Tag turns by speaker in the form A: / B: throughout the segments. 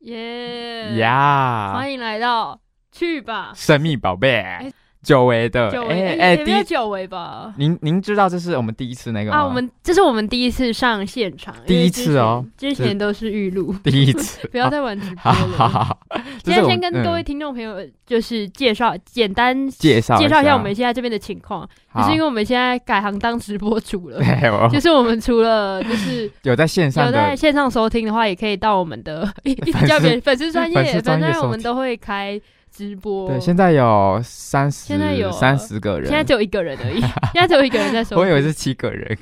A: 耶！
B: 呀，
A: 欢迎来到去吧，
B: 神秘宝贝，久违的，
A: 哎久
B: 哎
A: 违，
B: 哎，
A: 也
B: 第
A: 没有
B: 一，
A: 久违吧？
B: 您您知道这是我们第一次那个吗？
A: 啊，我们这是我们第一次上现场，因为
B: 第一次哦
A: 之前，之前都是预录，
B: 第一次，
A: 不要 再玩直播
B: 好好好
A: 了。
B: 好，这
A: 现
B: 是
A: 在
B: 我
A: 先
B: 们
A: 跟
B: 嗯
A: 各位听众朋友就是介绍，简单
B: 介绍
A: 介绍一
B: 下
A: 下我们现在这边的情况，就
B: 好，
A: 是因为我们现在改行当直播主了。
B: 对我
A: 就是我们除了就是
B: 有在线 上
A: 有在
B: 的
A: 线上收听的话，也可以到我们 的叫别人粉丝专
B: 粉丝
A: 业，
B: 专
A: 反
B: 业
A: 正我
B: 收
A: 们
B: 听
A: 都会开直播。
B: 对，现在有三十，
A: 现在有
B: 三十个人，
A: 现在只有一个人而已， 现在只有一个人在收听。
B: 我以为是七个人。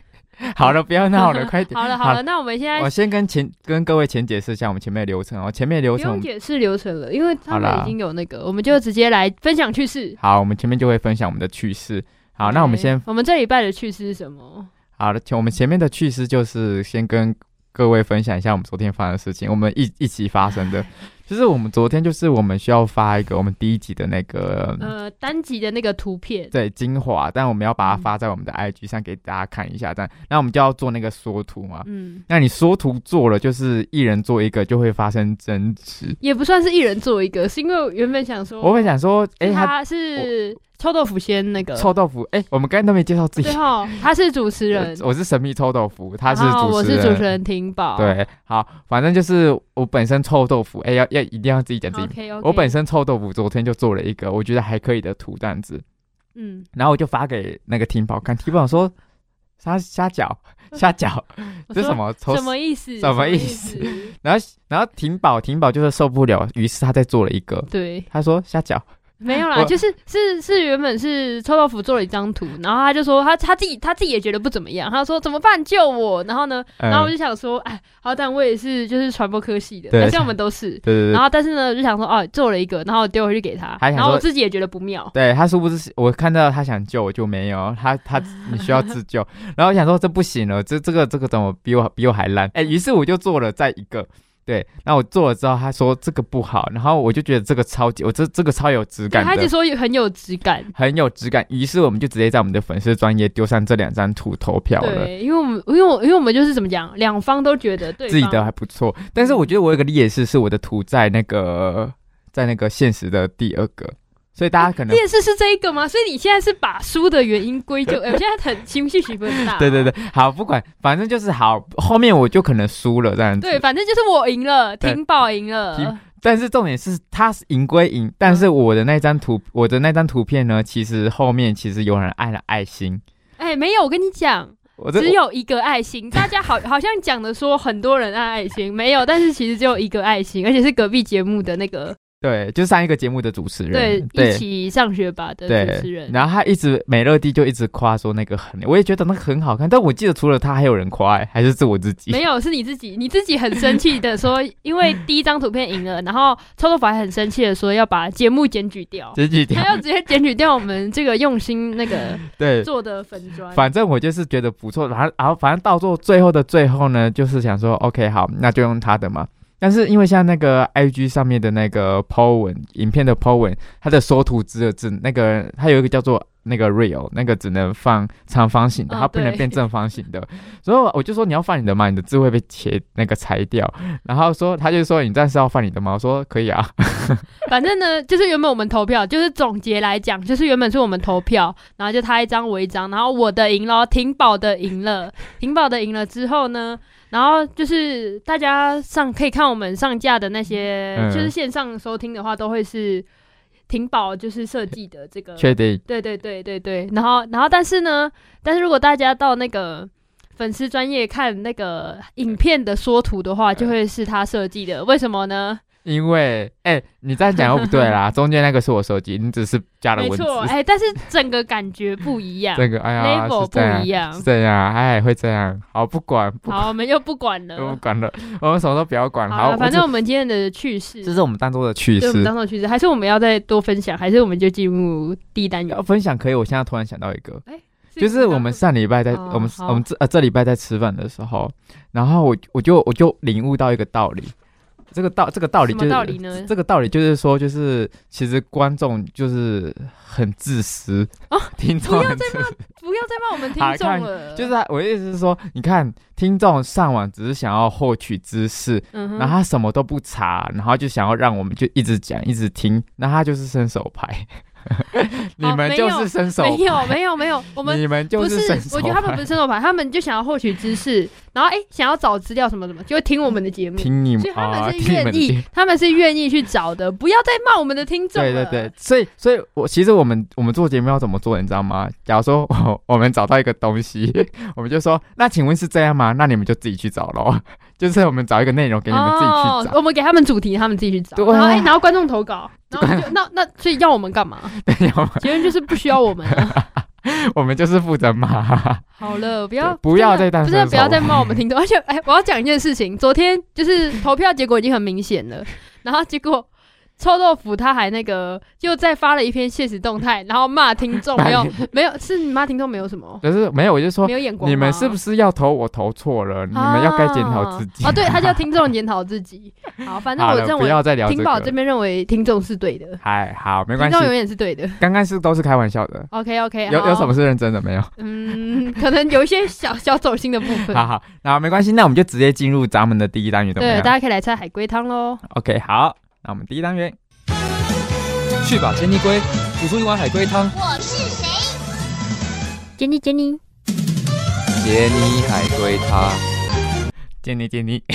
B: 好了，不要闹 了，快点。
A: 好了好了，那我们现在
B: 我先跟前跟各位前解释一下我们前面的流程哦。前面的流
A: 不
B: 程我
A: 用
B: 们
A: 解释流程了，因为他
B: 好
A: 们
B: 啦
A: 已经有那个，我们就直接来分享趣事。
B: 好，我们前面就会分享我们的趣事。好，那我们
A: 对
B: 先
A: 我们这礼拜的趣事是什么？
B: 好了，前我们前面的趣事就是先跟各位分享一下我们昨天发生的事情，我们一一起发 生的。就是我们昨天就是我们需要发一个我们第一集的那个、
A: 呃，单集的那个图片，
B: 嗯对精华，但我们要把它
A: 嗯
B: 发在我们的 IG 上给大家看一下，这样。那我们就要做那个缩图嘛。
A: 嗯，
B: 那你缩图做了，就是一人做一个，就会发生争执。
A: 也不算是一人做一个，是因为我原本想说，
B: 我本想说，
A: 哦
B: 哎、
A: 是
B: 他
A: 他是臭豆腐先那个，
B: 臭豆腐，哎、我们刚才都没介绍自己
A: 最，后他是主持人，
B: 我是神秘臭豆腐，他是
A: 然后
B: 主
A: 我
B: 持人，
A: 是主持人婷宝，
B: 对，好，反正就是我本身臭豆腐，哎、要要一定要自己讲自己。
A: ，OK OK，
B: 我本身臭豆腐昨天就做了一个我觉得还可以的图这样子，
A: 嗯，
B: 然后我就发给那个听宝看，听宝说虾虾饺，虾饺
A: 我
B: 这
A: 说
B: 什么臭
A: 什么意思？
B: 什么
A: 么
B: 意
A: 意
B: 思？然后然后婷宝婷宝就是受不了，于是他再做了一个，
A: 对，
B: 他说虾饺，
A: 没有
B: 我
A: 啦，就是是是原本是臭豆腐做了一张图，然后他就说他他自己他自己也觉得不怎么样，他说怎么办救我？然后呢，
B: 嗯
A: 然后我就想说，哎，好歹我也是就是传播科系的，
B: 对
A: 好像我们都是。
B: 对对对
A: 然后但是呢，我就想说哦，做了一个，然后丢回去给他，
B: 还想
A: 然后
B: 说
A: 我自己也觉得不妙。
B: 对他是不是我看到他想救我就没有他他你需要自 救，然后我想说这不行了，这这个这个怎么比我比我还烂？哎，于是我就做了再一个，对，那我做了之后他说这个不好，然后我就觉得这个超级我这这个超有质
A: 对
B: 感
A: 他一直
B: 的，
A: 说很有质感，
B: 很有质感，于是我们就直接在我们的粉丝专业丢上这两张图投票了。
A: 对，因为我们因为我因为我们就是怎么讲，两方都觉得对
B: 自己的嗯
A: 方
B: 还不错，但是我觉得我有一个劣势是我的图在那个在那个现实的第二个，所以大家可能
A: 电视是这一个吗？所以你现在是把输的原因归咎？哎我现在很情绪起伏很大。哦
B: 对对对，好，不管，反正就是好，后面我就可能输了这样子。
A: 对，反正就是我赢了，
B: 对
A: 婷宝赢
B: 婷
A: 了，
B: 但是重点是，他是赢归赢，但是我的那张图，我的那张图片呢，其实后面其实有人按了爱心，
A: 哎、没有，我跟你讲，
B: 我这
A: 只有一个爱心。大家好，好像讲的说很多人按爱心，没有，但是其实只有一个爱心，而且是隔壁节目的那个，
B: 对，就上一个节目的主持
A: 对
B: 人，，
A: 一
B: 对。
A: 起上学吧的
B: 对
A: 主持人。
B: 然后他一直美乐蒂就一直夸说那个很，我也觉得那个很好看，但我记得除了他还有人夸、欸，还是是我自己。
A: 没有，是你自己，你自己很生气的说，因为第一张图片赢了，然后臭豆腐还很生气的说要把节目检举掉，
B: 这几条
A: 他要直接检举掉我们这个用心那个
B: 对，
A: 做的粉砖。
B: 反正我就是觉得不错，然后然后反正到做最后的最后呢，就是想说 OK 好，那就用他的嘛。但是因为像那个 IG 上面的那个 po 文，影片的 po 文，它的缩图只有只那个它有一个叫做那个 real，那个只能放长方形的，
A: 哦
B: 它不能
A: 对
B: 变正方形的。所以我就说你要放你的吗？你的字会被切那个裁掉。然后说他就说你暂时要放你的吗？我说可以啊。
A: 嗯反正呢，就是原本我们投票，就是总结来讲，就是原本是我们投票，然后就他一张我一张，然后我的赢了，婷宝的赢了， 婷宝的赢了之后呢，然后就是大家上可以看我们上架的那些，
B: 嗯
A: 就是线上收听的话，都会是婷宝就是设计的这个
B: 确定
A: 对对对对对，然后然后但是呢，但是如果大家到那个粉丝专业看那个影片的缩图的
B: 嗯
A: 话，就会是他设计的，为什么呢？
B: 因为哎、你这样讲又不对 啦，中间那个是我手机，你只是加了
A: 没
B: 文字。
A: 错，哎、但是整个感觉不一 样
B: 这个哎呀
A: ，level
B: 是这样
A: 不一
B: 是
A: 样。
B: 这样，哎，会这样，好，不管，不管，
A: 好，我们就不管
B: 不
A: 了。
B: 管了，我们什么都不要管，
A: 好
B: 好，
A: 了，反正
B: 我
A: 我们今天的趣事
B: 只这，是我们当做的趣
A: 对我们
B: 事。
A: 当做趣事，还是我们要再多分享，还是我们就进入第一单元
B: 要？分享可以，我现在突然想到一个， 就是
A: 刚刚
B: 我们上礼拜在
A: 哦
B: 我们
A: 好
B: 我们这呃这礼拜在吃饭的时候，然后我我就我就领悟到一个道理，这个道这个道理
A: 什么
B: 就是
A: 道理呢？
B: 这个道理就是说，就是其实观众就是很自私
A: 哦，
B: 听
A: 不
B: 众
A: 要
B: 很
A: 再
B: 自
A: 骂，不要再骂我们听
B: 好
A: 众
B: 看
A: 了。
B: 就是他我的意思是说，你看听众上网只是想要获取知识，
A: 嗯哼，
B: 然后他什么都不查，然后就想要让我们就一直讲一直听，那他就是伸手牌， 你们
A: 哦没
B: 就
A: 有
B: 是伸手
A: 没有
B: 牌，
A: 没有没 有，我们
B: 你们就
A: 不
B: 伸手牌。
A: 我觉得他们不是伸手牌，他们就想要获取知识，然后哎、诶想要找资料什么什么，就会听我们的节目，
B: 听你们
A: 所以他
B: 啊，
A: 们是
B: 听你们
A: 愿
B: 的
A: 意，
B: 节目
A: 他们是愿意去找的，不要再骂我们的听众
B: 对对
A: 了。
B: 对，所以所以我其实我们我们做节目要怎么做，你知道吗？假如说我我们找到一个东西， 我们就说，那请问是这样吗？那你们就自己去找喽。 就是我们找一个内容给你们自己去
A: 哦，
B: 找，
A: 我们给他们主题，他们自己去找，
B: 对啊
A: 然后哎、诶然后观众投稿，然后我们就那那所以要我们干嘛？
B: 对要吗？
A: 结论就是不需要我们 了。
B: 我们就是负责骂。
A: 好了，不要
B: 不要再当
A: 真的不
B: 伸手
A: 要再骂我们听众。而且，哎、我要讲一件事情，昨天就是投票结果已经很明显 了，然后结果臭豆腐他还那个又再发了一篇现实动态，然后骂听众没有没有是你骂听众没有什么
B: 可是没有，我就说
A: 没有眼光吗，
B: 你们是不是要投我投错了？你们要该检讨自己。
A: 啊啊对他叫听众检讨自己。好，反正
B: 好
A: 我
B: 了，
A: 认
B: 不
A: 为
B: 要再聊
A: 听
B: 这
A: 宝这
B: 个。
A: 边认为听众是对的，
B: 嗨，好，没
A: 听
B: 关
A: 众
B: 系，
A: 永远是对的。
B: 刚刚是都是开玩笑的。
A: OK OK，
B: 有有什么？是认真的没有？
A: 嗯，可能有一些小小走心的部分。
B: 好好，然后没关系，那我们就直接进入咱们的第一单元怎么
A: 对，
B: 样
A: 大？家可以来猜海龟汤喽。
B: OK，好，那我们第一单元，
C: 去吧，杰尼龟，煮出一碗海龟汤。
D: 我是谁？
A: 杰尼杰尼
C: 杰尼海龟汤，
B: 杰尼杰尼，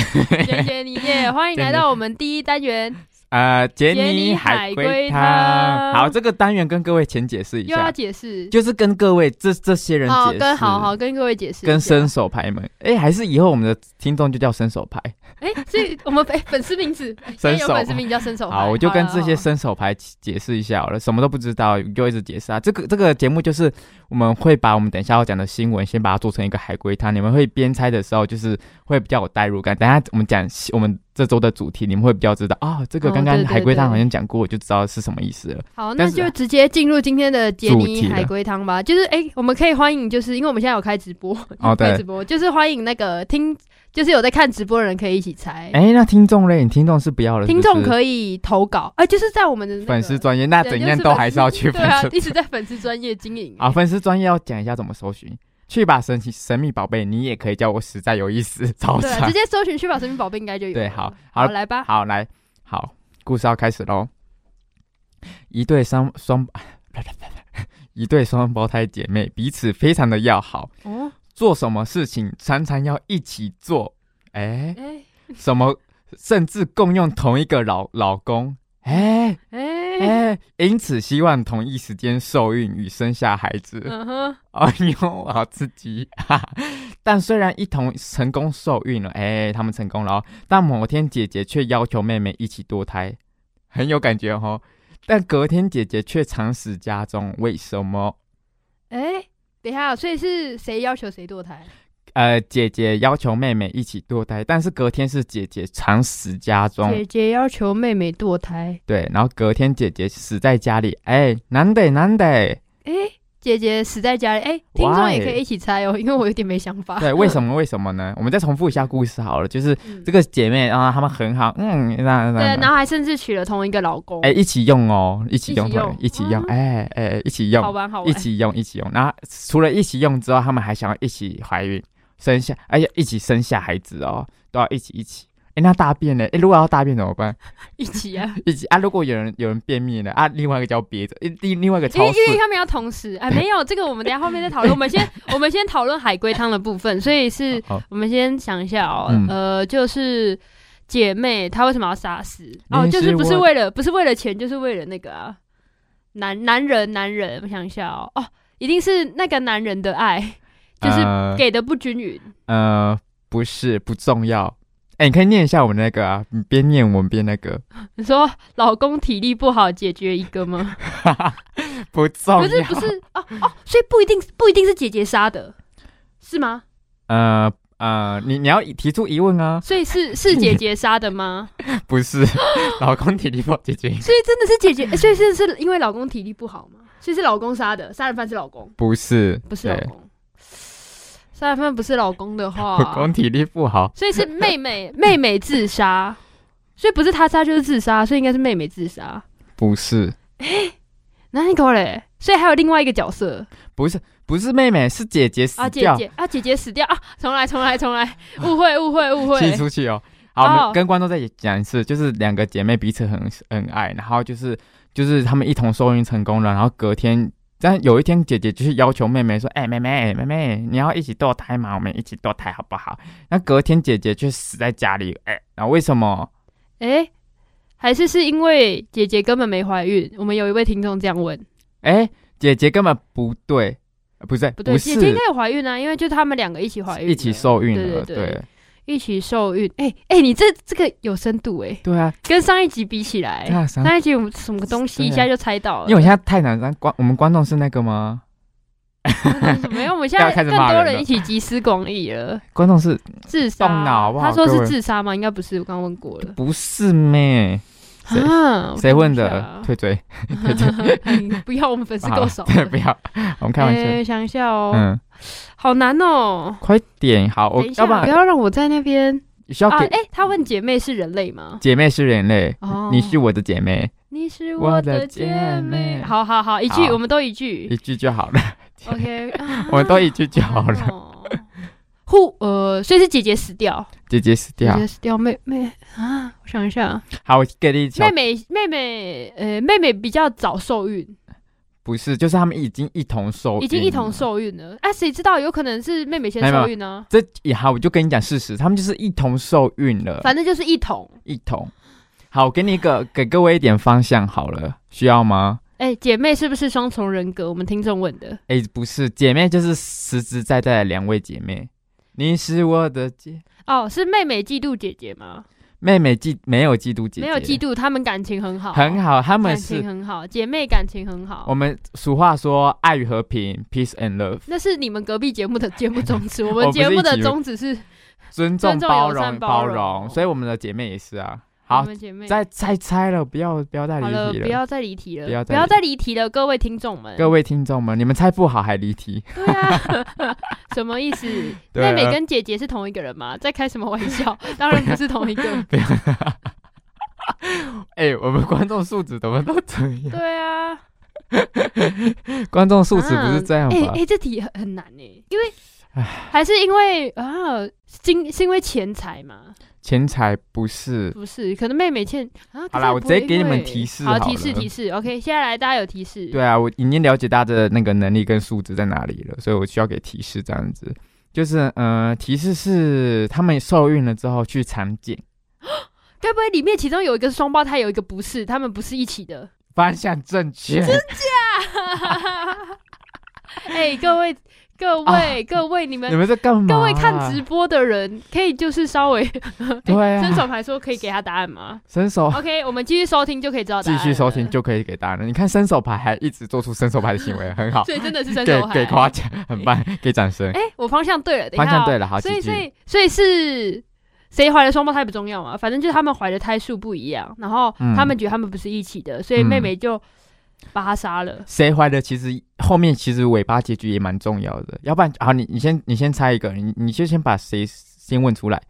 A: 杰杰尼耶，欢迎来到我们第一单元，
B: 呃，杰
A: 杰尼
B: 尼
A: 海
B: 海
A: 龟
B: 龟
A: 汤
B: 汤。好，这个单元跟各位前解释一
A: 又要
B: 下，
A: 解释。
B: 就是跟各位这这些人
A: 好，
B: 解释，
A: 跟好好跟各位解释一下。
B: 跟伸手牌们，哎，还是以后我们的听众就叫伸手牌。
A: 哎，所以我们哎粉丝名字，现在
B: 伸
A: 有
B: 手
A: 粉丝名叫伸手牌。
B: 好，我就跟
A: 了
B: 这些
A: 好
B: 伸手牌解释一下好了，什么都不知道就一直解释啊。这个这个节目就是我们会把我们等一下要讲的新闻先把它做成一个海龟汤，你们会边猜的时候就是会比较有代入感。等一下我们讲我们这周的主题，你们会比较知道啊、这个
A: 哦
B: 刚刚
A: 对对
B: 海龟汤
A: 对
B: 好像讲过，我就知道是什么意思了。
A: 好，那
B: 但是
A: 就直接进入今天的杰
B: 主
A: 尼
B: 题了
A: 海龟汤吧。就是哎、我们可以欢迎，就是因为我们现在有开直播，
B: 哦 对
A: 开直播就是欢迎那个听，就是有在看直播的人可以一起猜。
B: 哎、那听众嘞，你听众是不要了是不
A: 听
B: 是，
A: 众可以投稿，哎、就是在我们的、那个
B: 粉丝专业，那
A: 对
B: 怎
A: 就是
B: 样
A: 粉
B: 都
A: 丝
B: 还是要去粉
A: 对啊
B: 丝，
A: 一直在粉丝专业经营、
B: 啊，粉丝专业要讲一下怎么搜寻。去吧，神奇神秘宝贝，你也可以叫我实在有意思，超
A: 对、
B: 长。
A: 啊，直接搜寻“去宝神秘宝贝”应该就有了。
B: 对好
A: 好
B: 好
A: 来吧。
B: 好，来，好，故事要开始喽。一对双双，一对双胞胎姐妹彼此非常的要好，
A: 哦，
B: 做什么事情常常要一起做，哎、
A: 哎、
B: 什么甚至共用同一个老老公，哎、
A: 哎、
B: 哎、因此希望同一时间受孕与生下孩子。
A: 嗯哼，
B: 哎呦，好刺激！ 哈哈但虽然一同成功受孕了，哎、他们成功了哦，但某天姐姐却要求妹妹一起堕胎，很有感觉哦。但隔天姐姐却惨死家中，为什么？
A: 哎、等一下，所以是谁要求谁堕胎？
B: 呃，姐姐要求妹妹一起堕胎，但是隔天是姐姐惨死家中
A: 姐，姐要求妹妹堕胎。
B: 对，然后隔天姐姐死在家里，哎、难得难得，
A: 哎、姐姐死在家里，哎、听众
B: Why？
A: 也可以一起猜哦，因为我有点没想法。
B: 对，为什么为什么呢？我们再重复一下故事好了，就是
A: 嗯
B: 这个姐妹啊，她们很好，嗯，那那
A: 对，啊
B: 那
A: 然后还甚至娶了同一个老公，
B: 哎、一起用哦，一起
A: 一
B: 用
A: 起用，
B: 一起用，
A: 啊
B: 哎哎，一起
A: 好
B: 用，
A: 玩好玩，
B: 一起用，一起用。然后除了一起用之后，他们还想要一起怀孕，生下，哎呀，一起生下孩子哦，都要一起一起。哎，那大便呢？哎，如果要大便怎么办？
A: 一起啊，
B: 一起啊！如果有人有人便秘呢？啊，另外一个叫憋着，哎另另外一个
A: 因为
B: 超市
A: 因为他们要同时，哎，没有这个，我们等一下后面再讨论，我们先我们先讨论海龟汤的部分，所以是
B: 好
A: 我们先想一下哦，
B: 嗯
A: 呃，就是。姐妹，她为什么要杀死？哦，
B: 你
A: 就是是不是
B: 我
A: 为了不是为了钱，就是为了那个啊，男男人男人，我想一下哦，哦，一定是那个男人的爱，就是
B: 呃
A: 给的不均匀，
B: 呃，不是不重要。哎，你可以念一下我们那个啊，你边念我们边那个，
A: 你说老公体力不好解决一个吗？
B: 不重要。
A: 不是不是哦哦，所以不一定不一定是姐姐杀的，是吗？
B: 呃呃，你你要提出疑问啊，
A: 所以是是姐姐杀的吗？
B: 不是 老公体力不好解决。
A: 所以真的是姐姐，所以是是因为老公体力不好吗？所以是老公杀的，杀人犯是老公，
B: 不是，
A: 不是老哦
B: 对
A: 公。杀人犯不是老公的
B: 老
A: 话，
B: 公体力不好，
A: 所以是妹妹妹妹自杀，所以不是他杀就是自杀，所以应该是妹妹自杀。
B: 不是，
A: 那你搞嘞？所以还有另外一个角色
B: 不是，不是妹妹，是姐姐死
A: 啊，姐
B: 掉，
A: 姐啊，姐姐死掉啊，重来，重来，重来， 误会，误会，误会。
B: 气出去哦。好，我
A: 哦
B: 们跟观众再讲一次，就是两个姐妹彼此很恩爱，然后就是就是她们一同受孕成功了，然后隔天，但有一天姐姐就是要求妹妹说：“哎、妹妹，妹妹，你要一起堕胎嘛，我们一起堕胎好不好？”那隔天姐姐却死在家里，哎、然后为什么？
A: 哎、还是是因为姐姐根本没怀孕？我们有一位听众这样问，
B: 哎、姐姐根本不对，呃不是
A: 不对，姐姐应
B: 是
A: 该有怀孕啊，因为就他们两个一起怀孕了，
B: 一起受孕了，
A: 对对对
B: 对
A: 一起受孕。哎、哎、你这这个有深度哎、
B: 对啊，
A: 跟上一集比起来，
B: 那三，
A: 上一集我们什么东西
B: 啊对
A: 一
B: 啊
A: 下就猜到了，
B: 因为我现在太难，咱观我们观众是那个吗？
A: 没有，我们现在
B: 要开
A: 更
B: 始骂
A: 多
B: 人
A: 人
B: 了
A: 一起集思广益了。
B: 观众是
A: 自杀，
B: 动脑好不好
A: 他说
B: 各
A: 是
B: 位
A: 自杀吗？应该不是，我刚问过了。
B: 不是妹？谁
A: 啊我
B: 谁
A: 看
B: 问
A: 一
B: 的
A: 下？
B: 退追，
A: 哎不要，我们粉丝够少
B: 好对，
A: 了。
B: 不要，我们开玩笑。
A: 哎想一下哦，
B: 嗯，
A: 好难哦。
B: 快点，好，我
A: 等一下
B: 要不
A: 不
B: 然
A: 要让我在那边
B: 需要
A: 啊！
B: 给
A: 哎，他问姐妹是人类吗？
B: 姐妹是人类，
A: 哦，
B: 你是我的姐妹，
A: 你是
B: 我
A: 我
B: 的
A: 的
B: 姐
A: 姐妹。
B: 妹
A: 好好好，一句
B: 好
A: 我们都一句
B: 一。句就好了，
A: OK，啊
B: 我们都一句就好了。
A: 哦互呃，所以是姐姐死掉，
B: 姐姐死
A: 姐
B: 掉，
A: 姐死掉，妹妹啊，我想一下，
B: 好，我给你小
A: 妹妹妹妹呃，妹妹比较早受孕，
B: 不是，就是他们已经一同受，
A: 已经一同。受孕了。啊，谁知道有可能是妹妹先
B: 哦嗯没有没有
A: 受孕呢、
B: 这也好，我就跟你讲事实，他们就是一同受孕了，
A: 反正就是一同。
B: 一同。好，我给你一个，给各位一点方向好了，需要吗？
A: 哎、姐妹是不是双重人格？我们听众问的。
B: 哎、不是，姐妹就是实实在在的两位姐妹，你是我的姐，
A: 哦，是妹妹嫉妒姐姐吗？
B: 妹妹嫉没有嫉妒姐
A: 没
B: 姐，
A: 有嫉妒，她们感情很好，
B: 很，好，他们
A: 感情
B: 是
A: 很好，姐妹感情很好。
B: 我们俗话说爱与和平，peace and love，
A: 那是你们隔壁节目的节目宗旨，我
B: 我
A: 们
B: 不是
A: 节目的
B: 一起
A: 宗旨是
B: 尊重、
A: 尊重
B: 包
A: 友善
B: 容、
A: 包
B: 包
A: 容
B: 容，所以我们的姐妹也是啊。
A: 我
B: 好，
A: 们姐妹。
B: 再再猜了，不要不要再
A: 好了，
B: 离题
A: 不
B: 了。
A: 要再离题了，
B: 不要再离
A: 再离题了，各位听众们。
B: 各位听众们，你们猜不好还离题，
A: 对啊， 什么意思？
B: 对
A: 妹
B: 啊
A: 妹跟姐姐是同一个人吗？在开什么玩 笑？当然不是同一个。
B: 哎、我们观众素质怎么都这样？
A: 对啊，
B: 观众素质不是这样
A: 哎哎、
B: 吧？
A: 这题很很难哎、因为还是因为啊，经是因为钱财嘛？
B: 钱财不是，
A: 不是，可能妹妹欠啊。
B: 好啦我直接给你们提示
A: 好，
B: 好
A: 提示
B: 了
A: 提示。OK，接下来大家有提示。
B: 对啊，我已经了解大家的那个能力跟素质在哪里了，所以我需要给提示，这样子就是，呃，提示是他们受孕了之后去产检，
A: 该不会里面其中有一个是双胞胎，有一个不是，他们不是一起的？
B: 方向正确，
A: 哎、各位 各位、各位，你们
B: 啊你们在干嘛、啊
A: 各位看直，播的人，可以就是稍微，
B: 对啊
A: 伸手牌说可以给他答案吗
B: 伸手
A: ？OK，我们继续收听就可以知道答案
B: 继
A: 了。
B: 续收听就可以给答案了。你看伸手牌还一直做出伸手牌的行为，很好，
A: 所以真的是伸
B: 给
A: 手牌。
B: 给夸奖，很棒，给掌声。
A: 哎、我方向对了，等一
B: 方
A: 下、哦
B: 向对了，好，
A: 所以
B: 几
A: 所
B: 句。
A: 以所以是谁怀了双胞胎不重要嘛，反正就是他们怀的胎数不一样，然后
B: 嗯
A: 他们觉得他们不是一起的，所以妹
B: 嗯
A: 妹就把他杀了。
B: 谁怀的？其实后面其实尾巴结局也蛮重要的，要不然好，你你先你先猜一个，你你就先把谁先问出来，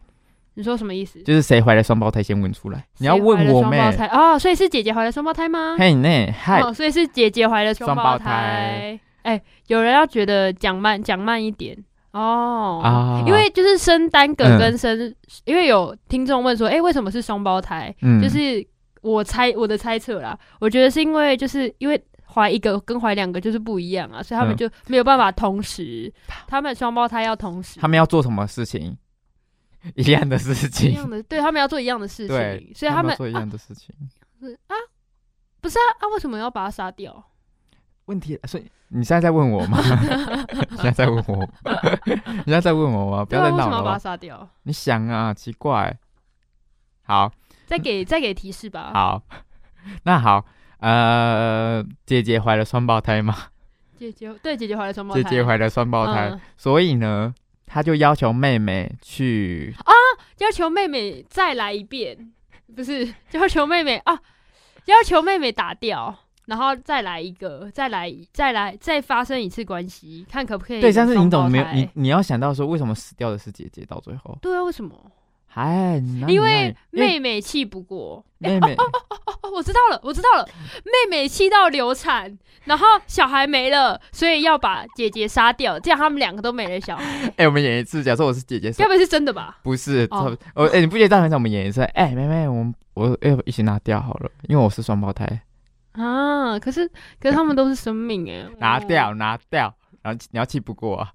A: 你说什么意思？
B: 就是谁怀的双胞胎先问出来。你要
A: 谁
B: 问
A: 怀了
B: 我
A: 双胞
B: 妹，
A: 胎哦，所以是姐姐怀了双胞胎吗？
B: 嘿呢，嗨，
A: 哦，所以是姐姐怀了双
B: 双
A: 胞
B: 胞胎。
A: 哎、有人要觉得讲慢讲慢一点哦
B: 啊
A: 因为就是生单个
B: 嗯
A: 跟生，因为有听众问说，哎、为什么是双胞胎？
B: 嗯
A: 就是我猜我的猜测啦，我觉得是因为就是因为。怀一个跟怀两个就是不一样啊，所以他们
B: 嗯
A: 就没有办法同时，他们双胞胎要同时
B: 他们要做什么事情？一样的事
A: 一
B: 情
A: 样， 的，对他们要做一样的事
B: 对
A: 情，，所以他们
B: 要做一
A: 啊
B: 样的事情。
A: 不是啊啊，为什么要把他杀掉？
B: 问题，呃所以你现在在问 我吗？ 你现在在问我 吗？你现在在问我吗？不
A: 对
B: 要
A: 啊，
B: 再
A: 为
B: 闹
A: 什么要
B: 了哦好不
A: 把
B: 好
A: 他。杀掉？
B: 你想啊，奇怪。好
A: 再给再给提示吧。
B: 好， 那好，呃，姐姐怀了双胞胎嘛，
A: 姐姐对姐姐怀了双胞胎，
B: 姐姐怀了双胞胎，
A: 嗯
B: 所以呢，她就要求妹妹去，
A: 要求妹妹再来一遍，不是要求妹妹啊，要求妹妹打掉，然后再来一个，再来再来再发生一次关系，看可不可以
B: 对，但是你
A: 双
B: 怎
A: 胞
B: 么
A: 胎
B: 没有你？你要想到说，为什么死掉的是姐姐？到最后，
A: 对啊，为什么？
B: 哎，哪里
A: 因为
B: 哪里
A: 妹妹气不过。
B: 哎妹妹
A: 哦，我知道了，我知道了，妹妹气到流产，然后小孩没了，所以要把姐姐杀掉，这样他们两个都没了小孩，
B: 哎，我们演一次，假设我是姐姐，
A: 该不会是真的吧？
B: 不是，
A: 哦
B: 差不多我哎，你不觉得这样很像我们演一次？哎，妹妹，我们我要不要一起拿掉好了，因为我是双胞
A: 嗯
B: 胎，
A: 啊，可是可是他们都是生命哎、
B: 拿掉拿掉，然后你要气不过 啊，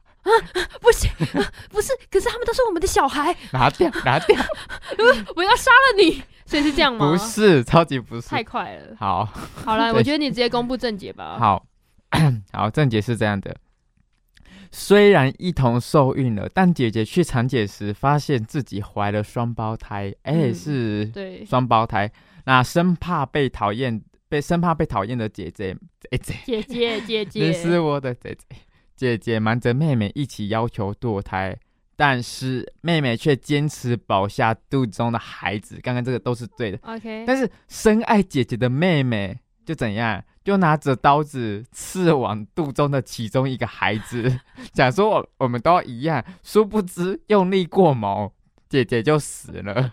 A: 不行、啊不是，可是他们都是我们的小孩，
B: 拿掉拿掉，
A: 我要杀了你，所以是这样吗？
B: 不是，超级不是
A: 太，快了。
B: 好。
A: 好了，
B: 对
A: 我觉得你直接公布正解吧。
B: 好， 好，正解是这样的。虽然一同受孕了，但姐姐去产检时发现自己怀了双胞胎，哎、
A: 嗯
B: 是
A: 对，
B: 双胞胎。那生怕被讨厌，被生怕被讨厌的姐姐，姐姐，
A: 姐姐姐
B: 你
A: 姐，
B: 是我的姐姐，姐姐瞒着妹妹一起要求堕胎，但是妹妹却坚持保下肚中的孩子。刚刚这个都是对的，
A: OK，
B: 但是深爱姐姐的妹妹就怎样，就拿着刀子刺往肚中的其中一个孩子，想说我我们都一样，殊不知用力过猛，姐姐就死了，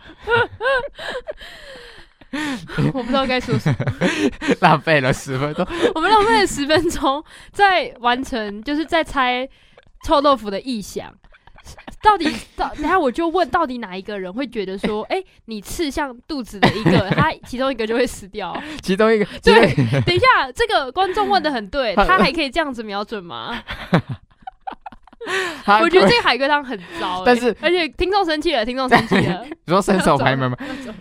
A: 我不知道该说 什么。
B: 浪费了十分钟。
A: 我们浪费了十分钟在完成，就是在猜臭豆腐的意想。到底到等一下我就问，到底哪一个人会觉得说，哎、你刺向肚子的一 个，他其中一个就会死掉？
B: 其中一个，其中一
A: 对
B: 个，
A: 等一下，这个观众问的很对，
B: 他
A: 他还可以这样子瞄准吗？
B: 他
A: 我觉得这个海龟汤很 糟、哎
B: 啊但是
A: 而且听众生气了，听众生气了，
B: 你说 伸手 牌门吗？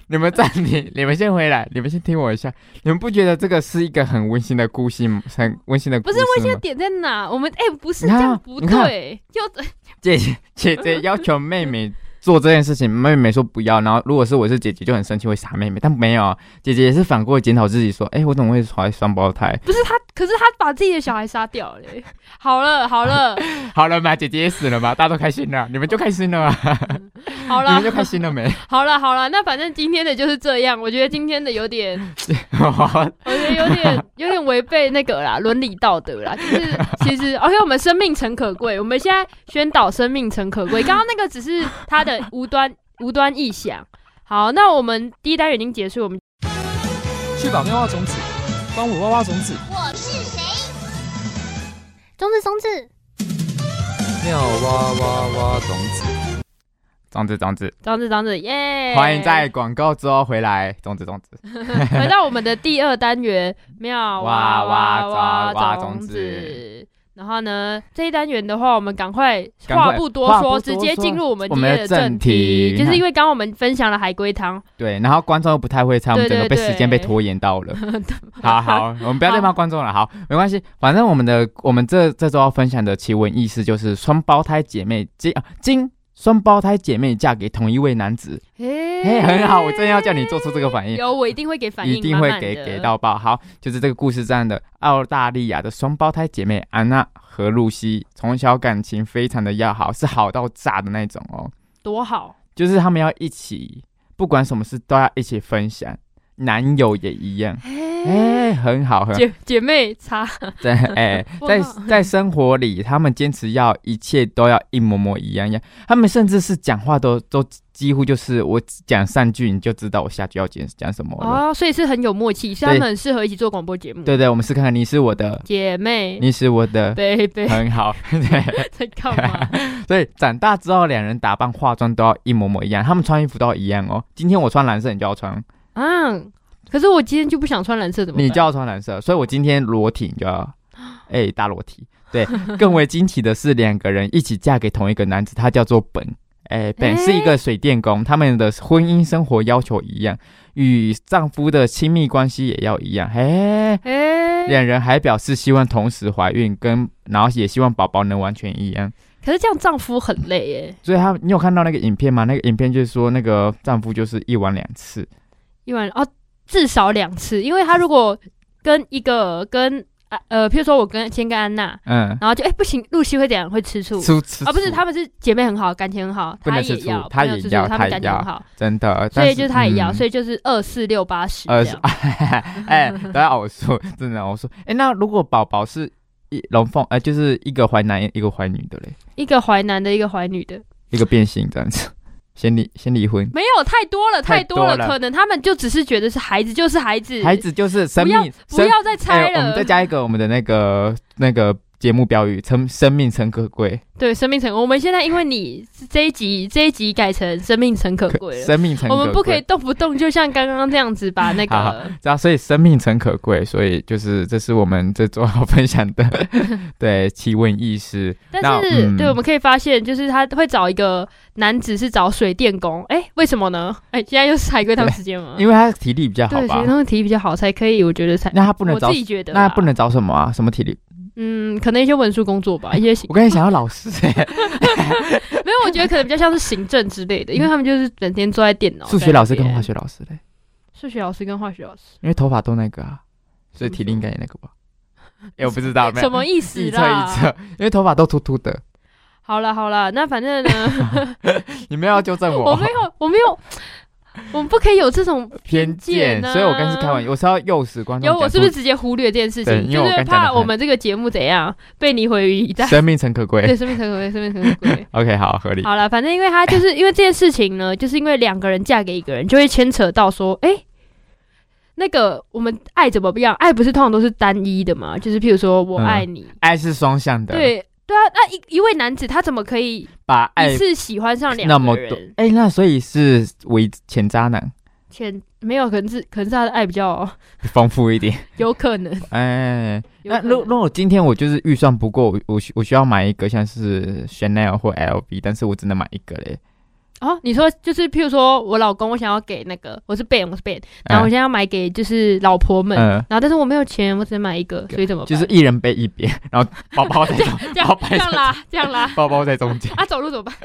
B: 你们暂停，你们先回来，你们先听我一下。你们不觉得这个是一个很温馨的故事吗？很温馨的故
A: 不
B: 事
A: 是
B: 吗？
A: 危险点在哪？我们哎、不是
B: 你
A: 这
B: 看啊
A: 样不
B: 你看
A: 对，就
B: 姐姐姐姐要求妹妹做这件事情，妹妹说不要，然后如果是我是姐姐就很生气，会杀妹妹，但没有啊，姐姐也是反过来检讨自己说，哎、我怎么会怀双胞胎？
A: 不是他，可是他把自己的小孩杀掉了、哎 好了好 了
B: 好了嘛，姐姐也死了嘛，大家都开心了，你们就开心了嘛，
A: 好
B: 你
A: 了
B: 们就，开心了没？
A: 好了好了，那反正今天的就是这样。我觉得今天的有点， 我觉得有点 有点违背那个啦，伦理道德啦。就是其 实，OK，我们哦生命诚可贵，我们现在宣导生命诚可贵。刚刚那个只是他的无端无端臆想。好，那我们第一单元已经结束，我们
C: 去把妙蛙种子，帮我挖挖种子，
D: 我是谁？中子松子，
C: 妙蛙挖挖种子。
B: 种子种子，
A: 张子张子耶！
B: 欢迎在广告之后回来，种子种子，
A: 回到我们的第二单元，妙哇
B: 哇
A: 哇
B: 哇
A: 哇
B: 哇
A: 种
B: 种
A: 子
B: 子。
A: 然后呢，这一单元的话，我们赶快
B: 赶快
A: 话不多
B: 话
A: 说，
B: 不多
A: 直接
B: 说
A: 进入我们
B: 我
A: 今
B: 们
A: 天的
B: 的正
A: 正题。
B: 题
A: 就是因为刚刚我们分享了海龟汤，
B: 对，然后观众又不太会唱，我们整个被时间被拖延到 了。 好好，我们不要再骂观众了。好，没关系，反正我们的我们这这周要分享的奇闻异事就是双胞胎姐妹经啊经双胞胎姐妹嫁给同一位男子。
A: 哎
B: 嘿，很好，我真要叫你做出这个反应。
A: 有，我一定会给反应，
B: 一定会
A: 满满
B: 给
A: 的
B: 给。到爆。好，就是这个故事这样的：澳大利亚的双胞胎姐妹安娜和露西，从小感情非常的要好，是好到炸的那种哦。
A: 多好，
B: 就是她们要一起，不管什么事都要一起分享，男友也一样。
A: 哎，
B: 哎、很好，很好。
A: 姐姐妹差，
B: 在哎、
A: 哇
B: 在在生活里，他们坚持要一切都要一模模一样样，他们甚至是讲话都都几乎就是我讲上句你就知道我下句要讲讲什么了。
A: 哦，所以是很有默契，所以他
B: 对
A: 们很适合一起做广播节目。
B: 对对，我们试看看你是我的，
A: 姐妹，
B: 你是我的，
A: 贝 贝
B: 很好。对，
A: 在干嘛？
B: 所以长大之后，两人打扮化妆都要一模模一样，他们穿衣服都要一样哦。今天我穿蓝色，你就要穿，
A: 啊，可是我今天就不想穿蓝色，怎么办？
B: 你就要穿蓝色，所以我今天裸体，你 就要，哎、大裸体。对，更为惊奇的是，两个人一起嫁给同一个男子，他叫做本。哎、本
A: 哎
B: 是一个水电工，他们的婚姻生活要求一样，与丈夫的亲密关系也要一样。哎、
A: 哎、
B: 两人还表示希望同时怀孕，跟然后也希望宝宝能完全一样。
A: 可是这样丈夫很累耶，
B: 所以他，你有看到那个影片吗？那个影片就是说，那个丈夫就是一晚两次，
A: 一晚哦至少两次，因为他如果跟一个跟啊呃，譬如说我跟先跟安娜，
B: 嗯，
A: 然后就哎、不行，露西会怎样？会吃醋。
B: 吃吃
A: 啊，不是，
B: 醋
A: 他们是姐妹很好，感情很好，
B: 不能
A: 她也
B: 吃醋
A: 要，
B: 她
A: 不能
B: 也
A: 吃醋
B: 要
A: 她
B: 她
A: 们
B: 也
A: 感情很
B: 要
A: 好，
B: 真的，嗯
A: 所以就是她也要，
B: 以
A: 所以就是二四六八十这
B: 二啊十
A: 样，
B: 呃 哎，都要偶数，真的偶数。哎，那如果宝宝是一龙凤，哎，就是一个怀男一个怀女的嘞，
A: 一个怀男的，一个怀女的，
B: 一个变性这样子，先离先离婚。
A: 没有太多了，
B: 太
A: 太
B: 多
A: 多
B: 了
A: 了，可能他们就只是觉得是孩子就是孩子，
B: 孩子就是生
A: 不要
B: 命，
A: 不
B: 生
A: 要再
B: 哎
A: 猜
B: 我
A: 了
B: 们，再加一个我们的那个那个节目标语：生生命诚可贵，
A: 对，生命诚，我们现在因为你这一集这一集改成生命诚可贵了，
B: 生命诚可
A: 我
B: 贵。
A: 们不可以动不动就像刚刚这样子把那个
B: 好知道，所以生命诚可贵，所以就是这是我们这周要 分享的对奇闻异事。
A: 但
B: 那
A: 是，
B: 嗯
A: 对，我们可以发现，就是他会找一个男子是找水电工，哎、为什么呢？哎、现在又是海龟汤时间吗？
B: 因为他体力比较好
A: 对，
B: 吧
A: 水电？工体力比较好才可以，我觉得才
B: 那他不能
A: 我
B: 找
A: 自，己觉得啦，
B: 那不能找什么啊？什么体力？
A: 嗯，可能一些文书工作 吧，一些行
B: 我，刚才想要 老师、欸，
A: 没有，我觉得可能比较像是行政之类的，因为他们就是整天坐在电脑。
B: 数学老师跟化
A: 学，
B: 学老师嘞，
A: 数学老师跟化学老师
B: 因为头发都那个啊，所以体力应该也那个吧？哎、我不知道，没有
A: 什么意思
B: 预测预
A: 啦？
B: 测，因为头发都秃 秃的。
A: 好了好了，那反正呢，
B: 你们要纠正
A: 我没有，我没有， 我们不可以有这种
B: 偏见，
A: 呢
B: 所以我刚才是开玩笑，我是要诱使观众
A: 啊有，
B: 讲出。
A: 我是不是直接忽略这件事
B: 对
A: 情？
B: 因为
A: 就
B: 我
A: 是
B: 刚讲得
A: 怕
B: 很
A: 我们这个节目怎样被你毁于一 旦。
B: 生命诚可
A: 对，
B: 贵
A: 生命成鬼，生命成 鬼。
B: ？OK，好，合理。
A: 好了，反正因为他就是因为这件事情呢，就是因为两个人嫁给一个人，就会牵扯到说，哎、那个我们爱怎么样？爱不是通常都是单一的嘛？就是譬如说
B: 嗯
A: 我爱你，
B: 爱是双向的，，
A: 对对啊，那一一位男子他怎么可以
B: 把爱
A: 一次喜欢上两
B: 那么
A: 个
B: 多
A: 人？，
B: 哎、那所以是为前渣男
A: 前没有，可能是可能是他的爱比较
B: 丰富 一点。
A: 有可能。
B: 哎，
A: 有
B: 那
A: 可
B: 如
A: 能
B: 如果今天我就是预算不够，我我需我需要买一个像是 Chanel 或 LV，但是我只能买一个嘞。
A: 哦，你说就是，譬如说我老公，我想要给那个，我是 Ben，我是 Ben，然后我现
B: 嗯
A: 在要买给就是老婆们，
B: 嗯
A: 然后但是我没有钱，我只能买一个，所以怎么办？
B: 就是一人背一 边，然后包包在中，
A: 这
B: 包
A: 样
B: 包
A: 这
B: 在。
A: 样拉，这样拉
B: 包包在中间，
A: 啊，走路怎么 办？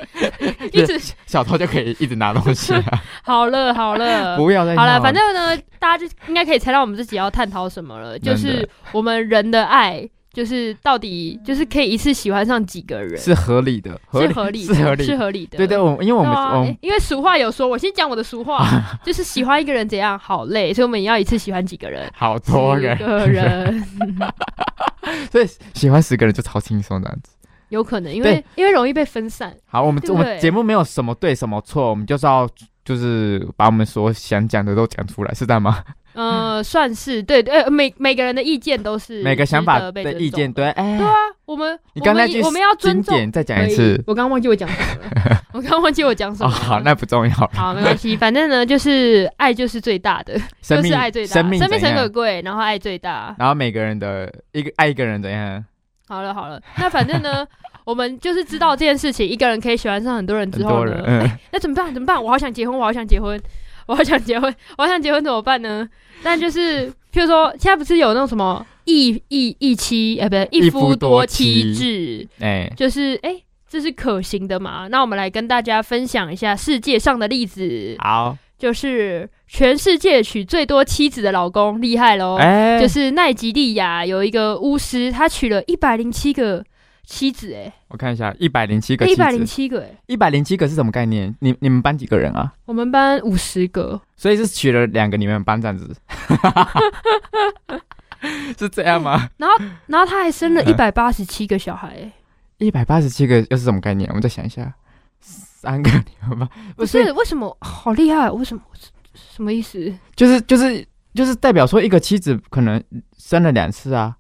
A: 一直
B: 小偷就可以一直拿东西、 啊。
A: 好了好了，
B: 不要再
A: 呃好
B: 闹
A: 了，反正呢，大家就应该可以猜到我们自己要探讨什么了，就
B: 真的
A: 是我们人的爱，就是到底就是可以一次喜欢上几个人，
B: 是合理的，合
A: 合理
B: 是
A: 的，
B: 合理
A: 是
B: 的。
A: 合理的。
B: 对对，我因为我
A: 对
B: 们、
A: 啊
B: 我
A: 诶
B: 们
A: 因为俗话有说，我先讲我的俗 话，就是喜欢一个人怎样好累，所以我们也要一次喜欢几个 人。
B: 好多人
A: 几，个人
B: 所以喜欢十个人就超轻松的。
A: 有可能，因为因为容易被分散。
B: 好，我们
A: 对不
B: 我们
A: 对
B: 节目没有什么对什么错，我们就是要就是把我们所想讲的都讲出来，是这样吗？
A: 呃，算是对，呃，每每个人的意见都是
B: 每个想
A: 值
B: 法
A: 得被
B: 的
A: 尊
B: 意见，
A: 重的。
B: 对，哎、
A: 对啊，我们
B: 你刚才
A: 我
B: 去
A: 们我们要尊
B: 经
A: 重。
B: 典再讲
A: 可
B: 一
A: 以
B: 次。
A: 我刚忘记我讲什么 了，我刚忘记我讲什
B: 哦，
A: 么了。
B: 好，那不重要 了。
A: 好没关系，反正呢，就是爱就是最大的，
B: 生
A: 就
B: 命，
A: 是爱最大，
B: 生命，
A: 生命
B: 怎
A: 诚
B: 样
A: 可贵，然后爱最大。
B: 然后每个人的一个爱一个人怎样？
A: 好了好了，那反正呢，我们就是知道这件事情，一个人可以喜欢上很多人
B: 很
A: 之后
B: 多
A: 呢
B: 人，，嗯，
A: 那怎么办？怎么办？我好想结婚，我好想结婚，我好想结婚，我好想结婚，怎么办呢？但就是，譬如说，现在不是有那种什么一一一妻，哎、不对，
B: 一
A: 一
B: 夫
A: 夫
B: 多
A: 多
B: 妻
A: 妻制，
B: 哎、
A: 就是哎、这是可行的嘛？那我们来跟大家分享一下世界上的例子，
B: 好，
A: 就是全世界娶最多妻子的老公厉害喽。
B: 哎、
A: 哦就是奈及利亚有一个巫师，他娶了一百零七个妻子、欸
B: 我看一下，一百零七个
A: 哎，一
B: 妻
A: 百零
B: 子，
A: 七个、哎，
B: 一百零七个是什么概念？你你们班几个人啊？
A: 我们班五十个，
B: 所以是娶了两个你们班这 样子，是这样 吗？
A: 然后他还生了
B: 嗯
A: 一百八十七个小孩、欸，
B: 一百八十七个又是什么概念？我们再想一下，三个你们班
A: 不
B: 不
A: 是为什么好厉害？啊为什么什么意思？
B: 就是就是就是代表说一个妻子可能生了两次啊，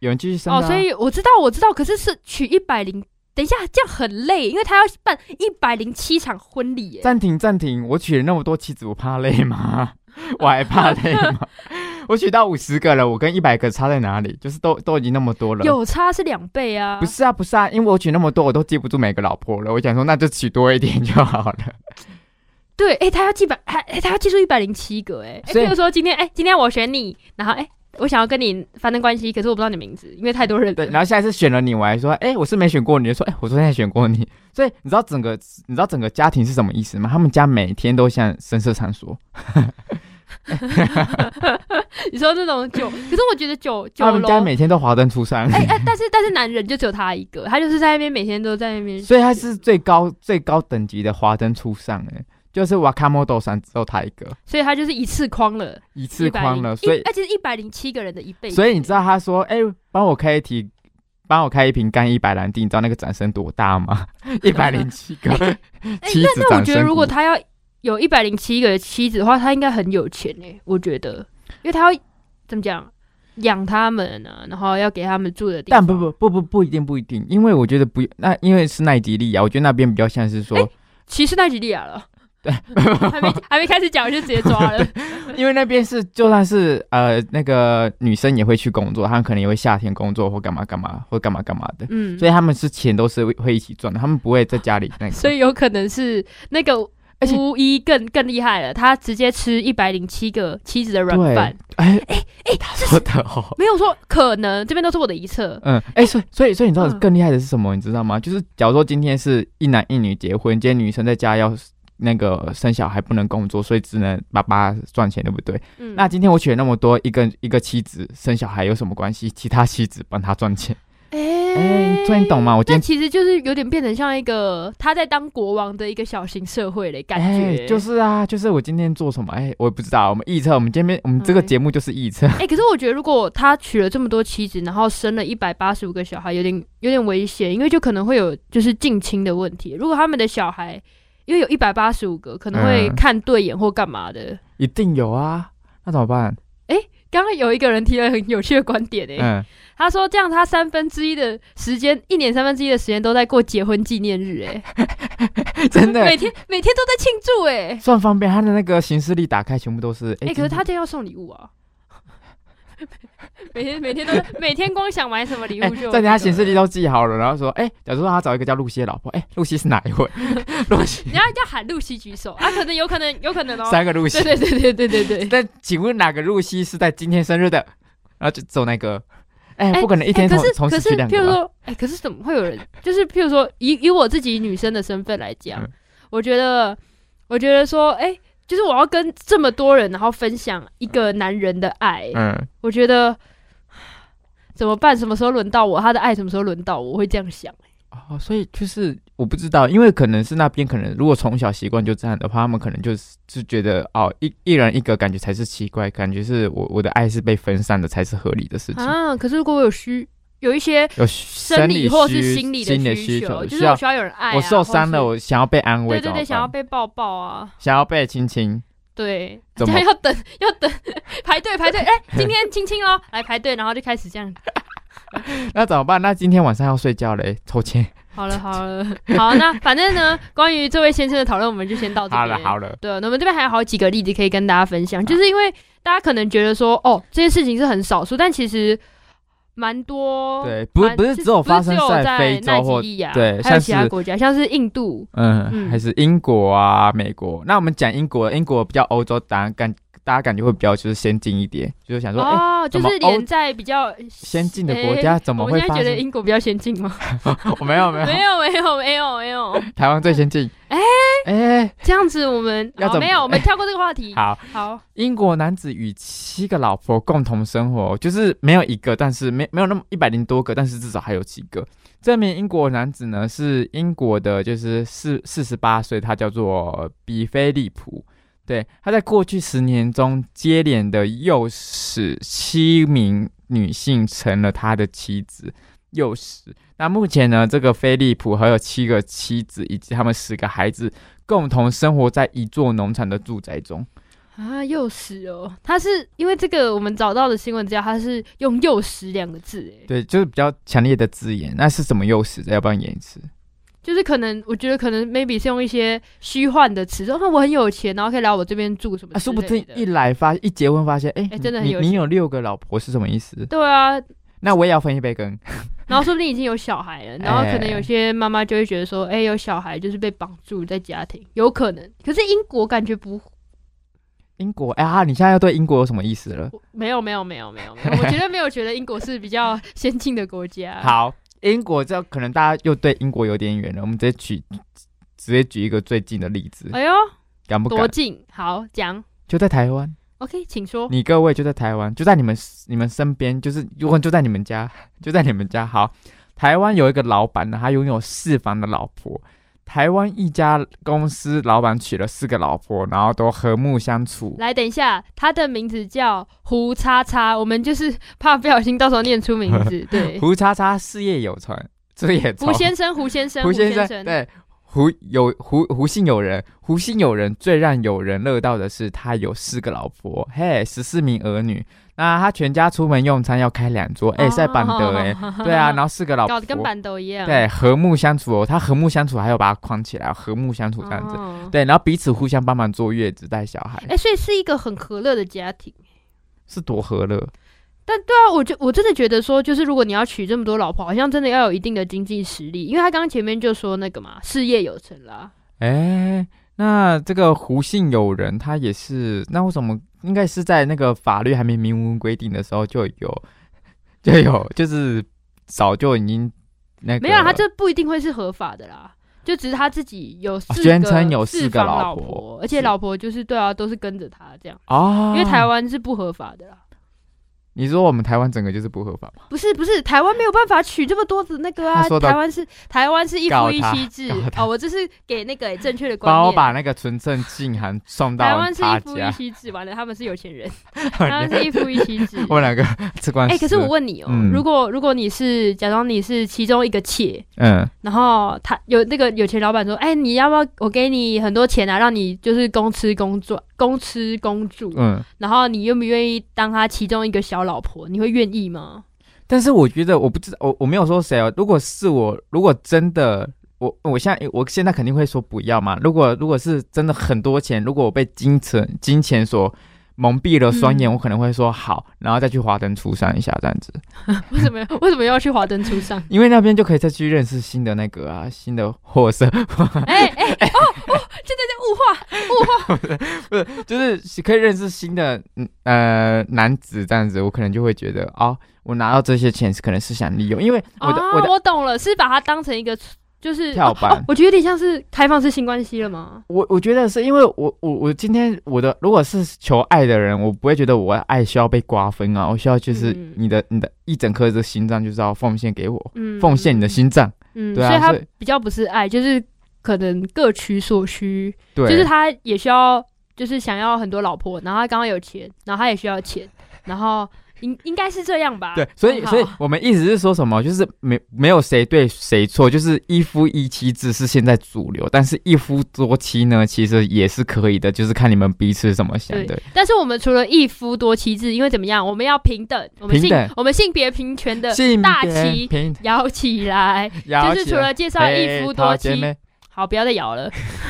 B: 有人继续生、啊、
A: 哦，所以我知道，我知道，可是是娶一百零，等一下这样很累，因为他要办一百零七场婚礼、欸，
B: 暂停暂停，我娶了那么多妻子，我怕累吗？ 我还怕累吗？ 我娶到五十个了，我跟一百个差在哪里？就是都都已经那么多了。
A: 有差是两倍啊，
B: 不是啊，不是啊，因为我娶那么多，我都记不住每个老婆了。我想说，那就娶多一点就好了。
A: 对，哎、他要记百，他、哎他要记住一百零七个、哎，哎，
B: 所以
A: 譬如说今天，哎、今天我选你，然后哎、我想要跟你发生关系，可是我不知道你名字，因为太多人
B: 对，
A: 了。
B: 然后下一次选了你，我还说，哎、我是没选过你，就说，哎、我昨天也选过你。所以你知道整个，你知道整个家庭是什么意思吗？他们家每天都像深色场所，
A: 你说那种酒，可是我觉得酒酒
B: 他们
A: 楼，
B: 家每天都华灯初上，
A: 哎、哎、但是但是男人就只有他一个，他就是在那边每天都在那边，
B: 所以他是最高最高等级的华灯初上、哎，就是瓦卡莫多山只有他一个，
A: 所以他就是一次框了，
B: 一次框了，所以
A: 而且是一百零七个人的一倍。
B: 所以你知道他说，哎、帮我开一题帮我开一瓶干一百兰地，你知道那个掌声多 大吗？一百零七个妻子
A: 哎但我
B: 掌
A: 觉得
B: 声
A: 如
B: 鼓
A: 果。他要有一百零七个妻子的话，他应该很有钱哎、我觉得，因为他要怎么讲养他们啊，然后要给他们住的地方。
B: 但不不不不不一定不一定，因为我觉得不那因为是奈及利亚，我觉得那边比较像是说，
A: 哎歧视奈及利亚了，
B: 对，
A: 还没还没开始讲就直接抓 了。
B: 因为那边是就算是呃那个女生也会去工作，她们可能也会夏天工作或干嘛干嘛或干嘛干嘛的，
A: 嗯，
B: 所以他们是钱都是会会一起赚的，他们不会在家里那个。
A: 所以有可能是那个
B: 而且
A: 巫医更更厉害了，他直接吃一百零七个妻子的软
B: 对
A: 饭，
B: 哎哎哎，他说的哦。
A: 没有说可能，这边都是我的一测。
B: 嗯，哎、所以所以所以你知道
A: 嗯
B: 更厉害的是什么？你知道吗？就是假如说今天是一男一女结婚，今天女生在家要那个生小孩不能工作，所以只能爸爸赚钱，对不对？
A: 嗯，
B: 那今天我娶了那么多，一个一个妻子生小孩有什么关系？其他妻子帮他赚钱，
A: 哎、
B: 哎所以你懂吗我今
A: 但
B: 天
A: 其实就是有点变成像一个他在当国王的一个小型社会的感
B: 哎、
A: 觉，
B: 就是啊，就是我今天做什么？哎、我也不知道。我们臆测，我们今天我们这个
A: 嗯
B: 节目就是臆测。
A: 哎、可是我觉得如果他娶了这么多妻子，然后生了一百八十五个小孩，有点有点危险，因为就可能会有就是近亲的问题。如果他们的小孩因为有一百八十五个，可能会
B: 嗯
A: 看对眼或干嘛的。
B: 一定有啊，那怎么办？
A: 刚刚有一个人提了很有趣的观点诶、
B: 嗯，
A: 他说这样他三分之一的时间，一年三分之一的时间都在过结婚纪念日诶、
B: 真 的哎
A: 每天每天都在庆祝诶、
B: 算方便，他的那个行事历打开全部都是。
A: 哎、可
B: 哎、
A: 是
B: 今天
A: 他今天要送礼物啊。 每天每天都在每天光想买什么礼物
B: 哎，
A: 就、
B: 在家显示力，都记好了，然后说，哎、假如说他找一个叫露西的老婆，哎、露西是哪 一位？露西
A: 你，要要喊露西举手啊，可能有可能有可能哦，
B: 三个露西。
A: 对对对对对对对。
B: 但请问哪个露西是在今天生日的？然后就走那个，哎、
A: 哎
B: 不可能一
A: 哎
B: 天
A: 可
B: 同、
A: 是
B: 同
A: 可
B: 时
A: 是
B: 去，两
A: 譬如
B: 个吧。
A: 说，哎、可是怎么会有人？就是譬如说，以以我自己女生的身份来讲，
B: 嗯
A: 我觉得，我觉得说，哎、就是我要跟这么多人，然后分享一个男人的爱，
B: 嗯，
A: 我觉得怎么办？什么时候轮到我？他的爱什么时候轮到我？我会这样想。
B: 哦，所以就是我不知道，因为可能是那边可能如果从小习惯就这样的话，他们可能就是就觉得哦，一一人一个感觉才是奇怪，感觉是我我的爱是被分散的才是合理的事情。
A: 啊，可是如果我有需有一些
B: 有
A: 生
B: 生
A: 理
B: 理
A: 或
B: 需
A: 是心理
B: 心
A: 的
B: 需
A: 求，就
B: 需
A: 是我
B: 要
A: 需要有人爱、啊，
B: 我受伤了，
A: 或
B: 我想要被安
A: 是
B: 慰
A: 对
B: 怎
A: 对
B: 么办，
A: 对，想要被抱抱啊。
B: 想要被亲亲，
A: 对，这
B: 怎么
A: 样要等 要等排队排队， 哎、今天亲亲喽，来排队，然后就开始这样。
B: 那怎么办？那今天晚上要睡觉嘞，抽签。
A: 好了好了，好，那反正呢，关于这位先生的讨论，我们就先到这
B: 好
A: 边。
B: 了好了，
A: 对，那我们这边还有好几个例子可以跟大家分享，就是因为大家可能觉得说，哦，这些事情是很少数，但其实蛮多。
B: 对，不是
A: 蛮
B: 不是只有发生
A: 在
B: 非
A: 奈
B: 洲
A: 及
B: 或
A: 利亚，
B: 对
A: 还有
B: 像
A: 其他
B: 是
A: 国家，像是印度。嗯
B: 嗯，还是英国啊、美国。那我们讲英国，英国比较欧洲，大家感大家感觉会比较就是先进一点，就是想说，哎、
A: 哦，就
B: 怎么
A: 是
B: 欧
A: 连在比较哎
B: 先进的国家怎么
A: 我们
B: 会
A: 现在
B: 发
A: 觉得
B: 生？
A: 英国比较先进吗？
B: 我没有 没有，
A: 没有没有没有没有，
B: 台湾最先进。
A: 哎
B: 哎、
A: 这样子我们
B: 要
A: 好
B: 怎么
A: 没有，我们跳过这个话题。
B: 好，
A: 好，
B: 英国男子与七个老婆共同生活，就是没有一个，但是没没有那么一百零多个，但是至少还有几个。这名英国男子呢是英国的，就是四四十八岁，他叫做比菲利普。对，他在过去十年中接连的诱使七名女性成了他的妻子，诱使。那目前呢，这个菲利普还有七个妻子以及他们十个孩子共同生活在一座农场的住宅中。
A: 啊，幼时哦，他是因为这个我们找到的新闻资料，他是用“幼时”两个字，哎，
B: 对，就是比较强烈的字眼。那是什么诱使的？要不然演一次。
A: 就是可能我觉得可能 maybe 是用一些虚幻的词，说啊我很有钱，然后可以来我这边住什么
B: 啊，
A: 之
B: 说
A: 类的，
B: 不定一来发一结婚发现，哎、
A: 哎真的很
B: 你
A: 有
B: 你
A: 钱
B: 有六个老婆是什么意思？
A: 对啊，
B: 那我也要分一杯羹。
A: 然后说不定已经有小孩 了，然后可能有些妈妈就会觉得说，哎、有小孩就是被绑住在家庭，有可能。可是英国感觉不，
B: 英国，哎、啊，你现在要对英国有什么意思了？
A: 没有没有没有没有没有，我觉得没有觉得英国是比较先进的国家。，
B: 好，英国这可能大家又对英国有点远了，我们直接举直接举一个最近的例子，
A: 哎呦，
B: 敢不
A: 多
B: 敢？
A: 近，好讲
B: 就在台湾，
A: ，OK，请说。
B: 你各位就在台湾，就在你们你们身边，就是如 果就在你们家，就在你们家。好，台湾有一个老板呢，他拥有四房的老婆，台湾一家公司老板娶了四个老婆，然后都和睦相处。
A: 来，等一下，他的名字叫胡叉叉，我们就是怕不小心到时候念出名 字，对，
B: 胡叉叉事业有成， 事业
A: 胡先生，胡先生，
B: 胡
A: 先
B: 生对胡有胡胡姓友人，胡姓友人最让友人乐道的是，他有四个老婆，嘿，十四名儿女。那他全家出门用餐要开两桌，
A: 哦
B: 哎、在板 德哎、对啊，然后四个老婆
A: 搞得跟板豆一样，
B: 对和睦相处哦，他和睦相处还要把它框起来，和睦相处这样子。
A: 哦
B: 对，然后彼此互相帮忙坐月子、带小孩，
A: 哎、所以是一个很和乐的家庭。
B: 是多和乐。
A: 对啊，我就我真的觉得说，就是如果你要娶这么多老婆，好像真的要有一定的经济实力，因为他刚刚前面就说那个嘛，事业有成啦。
B: 哎、那这个胡姓友人他也是，那为什么应该是在那个法律还没明文规定的时候就有， 就有，就是早就已经那个
A: 没有啊，他这不一定会是合法的啦，就只是他自己有四个
B: 哦宣称有四
A: 四
B: 个
A: 房
B: 老
A: 老
B: 婆
A: 而且
B: 是
A: 老婆就是对啊，都是跟着他这样，因
B: 啊，
A: 为台，湾是不合法的啦。
B: 你说我们台湾整个就是不合法吗？
A: 不是不是，台湾没有办法娶这么多的那个啊
B: 他，说的
A: 台湾是台湾是一
B: 告
A: 夫一
B: 他
A: 妻制
B: 告他
A: 哦，我这是给那个、欸正确的观
B: 帮 我
A: 念。
B: 把那个纯正信函送
A: 台
B: 到
A: 湾是
B: 他
A: 一夫一
B: 家，
A: 妻制，完了他们是有钱 人，他们是一夫一妻制。
B: 我们两个吃官司。
A: 哎、可是我，问你哦、
B: 嗯
A: 如果如果你是假装你是其中一个妾，
B: 嗯，
A: 然后他有那个有钱老板说，哎、你要不要我给你很多钱啊，让你就是公吃公住，公吃公住，
B: 嗯，
A: 然后你愿不愿意当他其中一个小老婆？你会愿意 吗？
B: 但是我觉得我不知道，我我没有说谁哦。如果是我，如果真的我我现在我现在肯定会说不要嘛。如果如果是真的很多钱，如果我被金钱金钱所蒙蔽了双眼，
A: 嗯
B: 我可能会说好，然后再去华灯初上一下这样子，
A: 为什么为什么要去华灯初 上？
B: 因为那边就可以再去认识新的那个啊，新的货色，
A: 哎哎、哦哦，现在在物化物化，
B: 不是就是可以认识新的嗯呃男子这样子，我可能就会觉得哦，我拿到这些钱是可能是想利用，因为我的、
A: 啊
B: 我的
A: 我懂了，是把它当成一个就是
B: 跳板
A: 哦哦我觉得有点像是开放式性关系了吗？
B: 我我觉得是因为我我我今天我的如果是求爱的人，我不会觉得我的爱需要被瓜分啊，我需要就是
A: 嗯
B: 你的、你的一整颗的心脏就是要奉献给我，
A: 嗯，
B: 奉献你的心脏，
A: 嗯，
B: 对啊
A: 所以
B: 所
A: 它
B: 以
A: 比较不是爱，就是可能各取所需，
B: 对，
A: 就是他也需要，就是想要很多老婆，然后他刚刚有钱，然后他也需要钱，然后应应该是这样吧？
B: 对，所以
A: 很好
B: 所以我们一直是说什么，就是没没有谁对谁错，就是一夫一妻制是现在主流，但是一夫多妻呢，其实也是可以的，就是看你们彼此怎么想的。
A: 但是我们除了一夫多妻制，因为怎么样，我们要平等，我们
B: 平
A: 性
B: 等
A: 我们性别平权的
B: 性
A: 大
B: 别
A: 旗
B: 平
A: 摇起来，
B: 摇
A: 就是
B: 起
A: 除
B: 来
A: 了介绍一
B: 嘿
A: 夫
B: 好
A: 多
B: 姐
A: 妻，
B: 妹
A: 好，不要再摇了，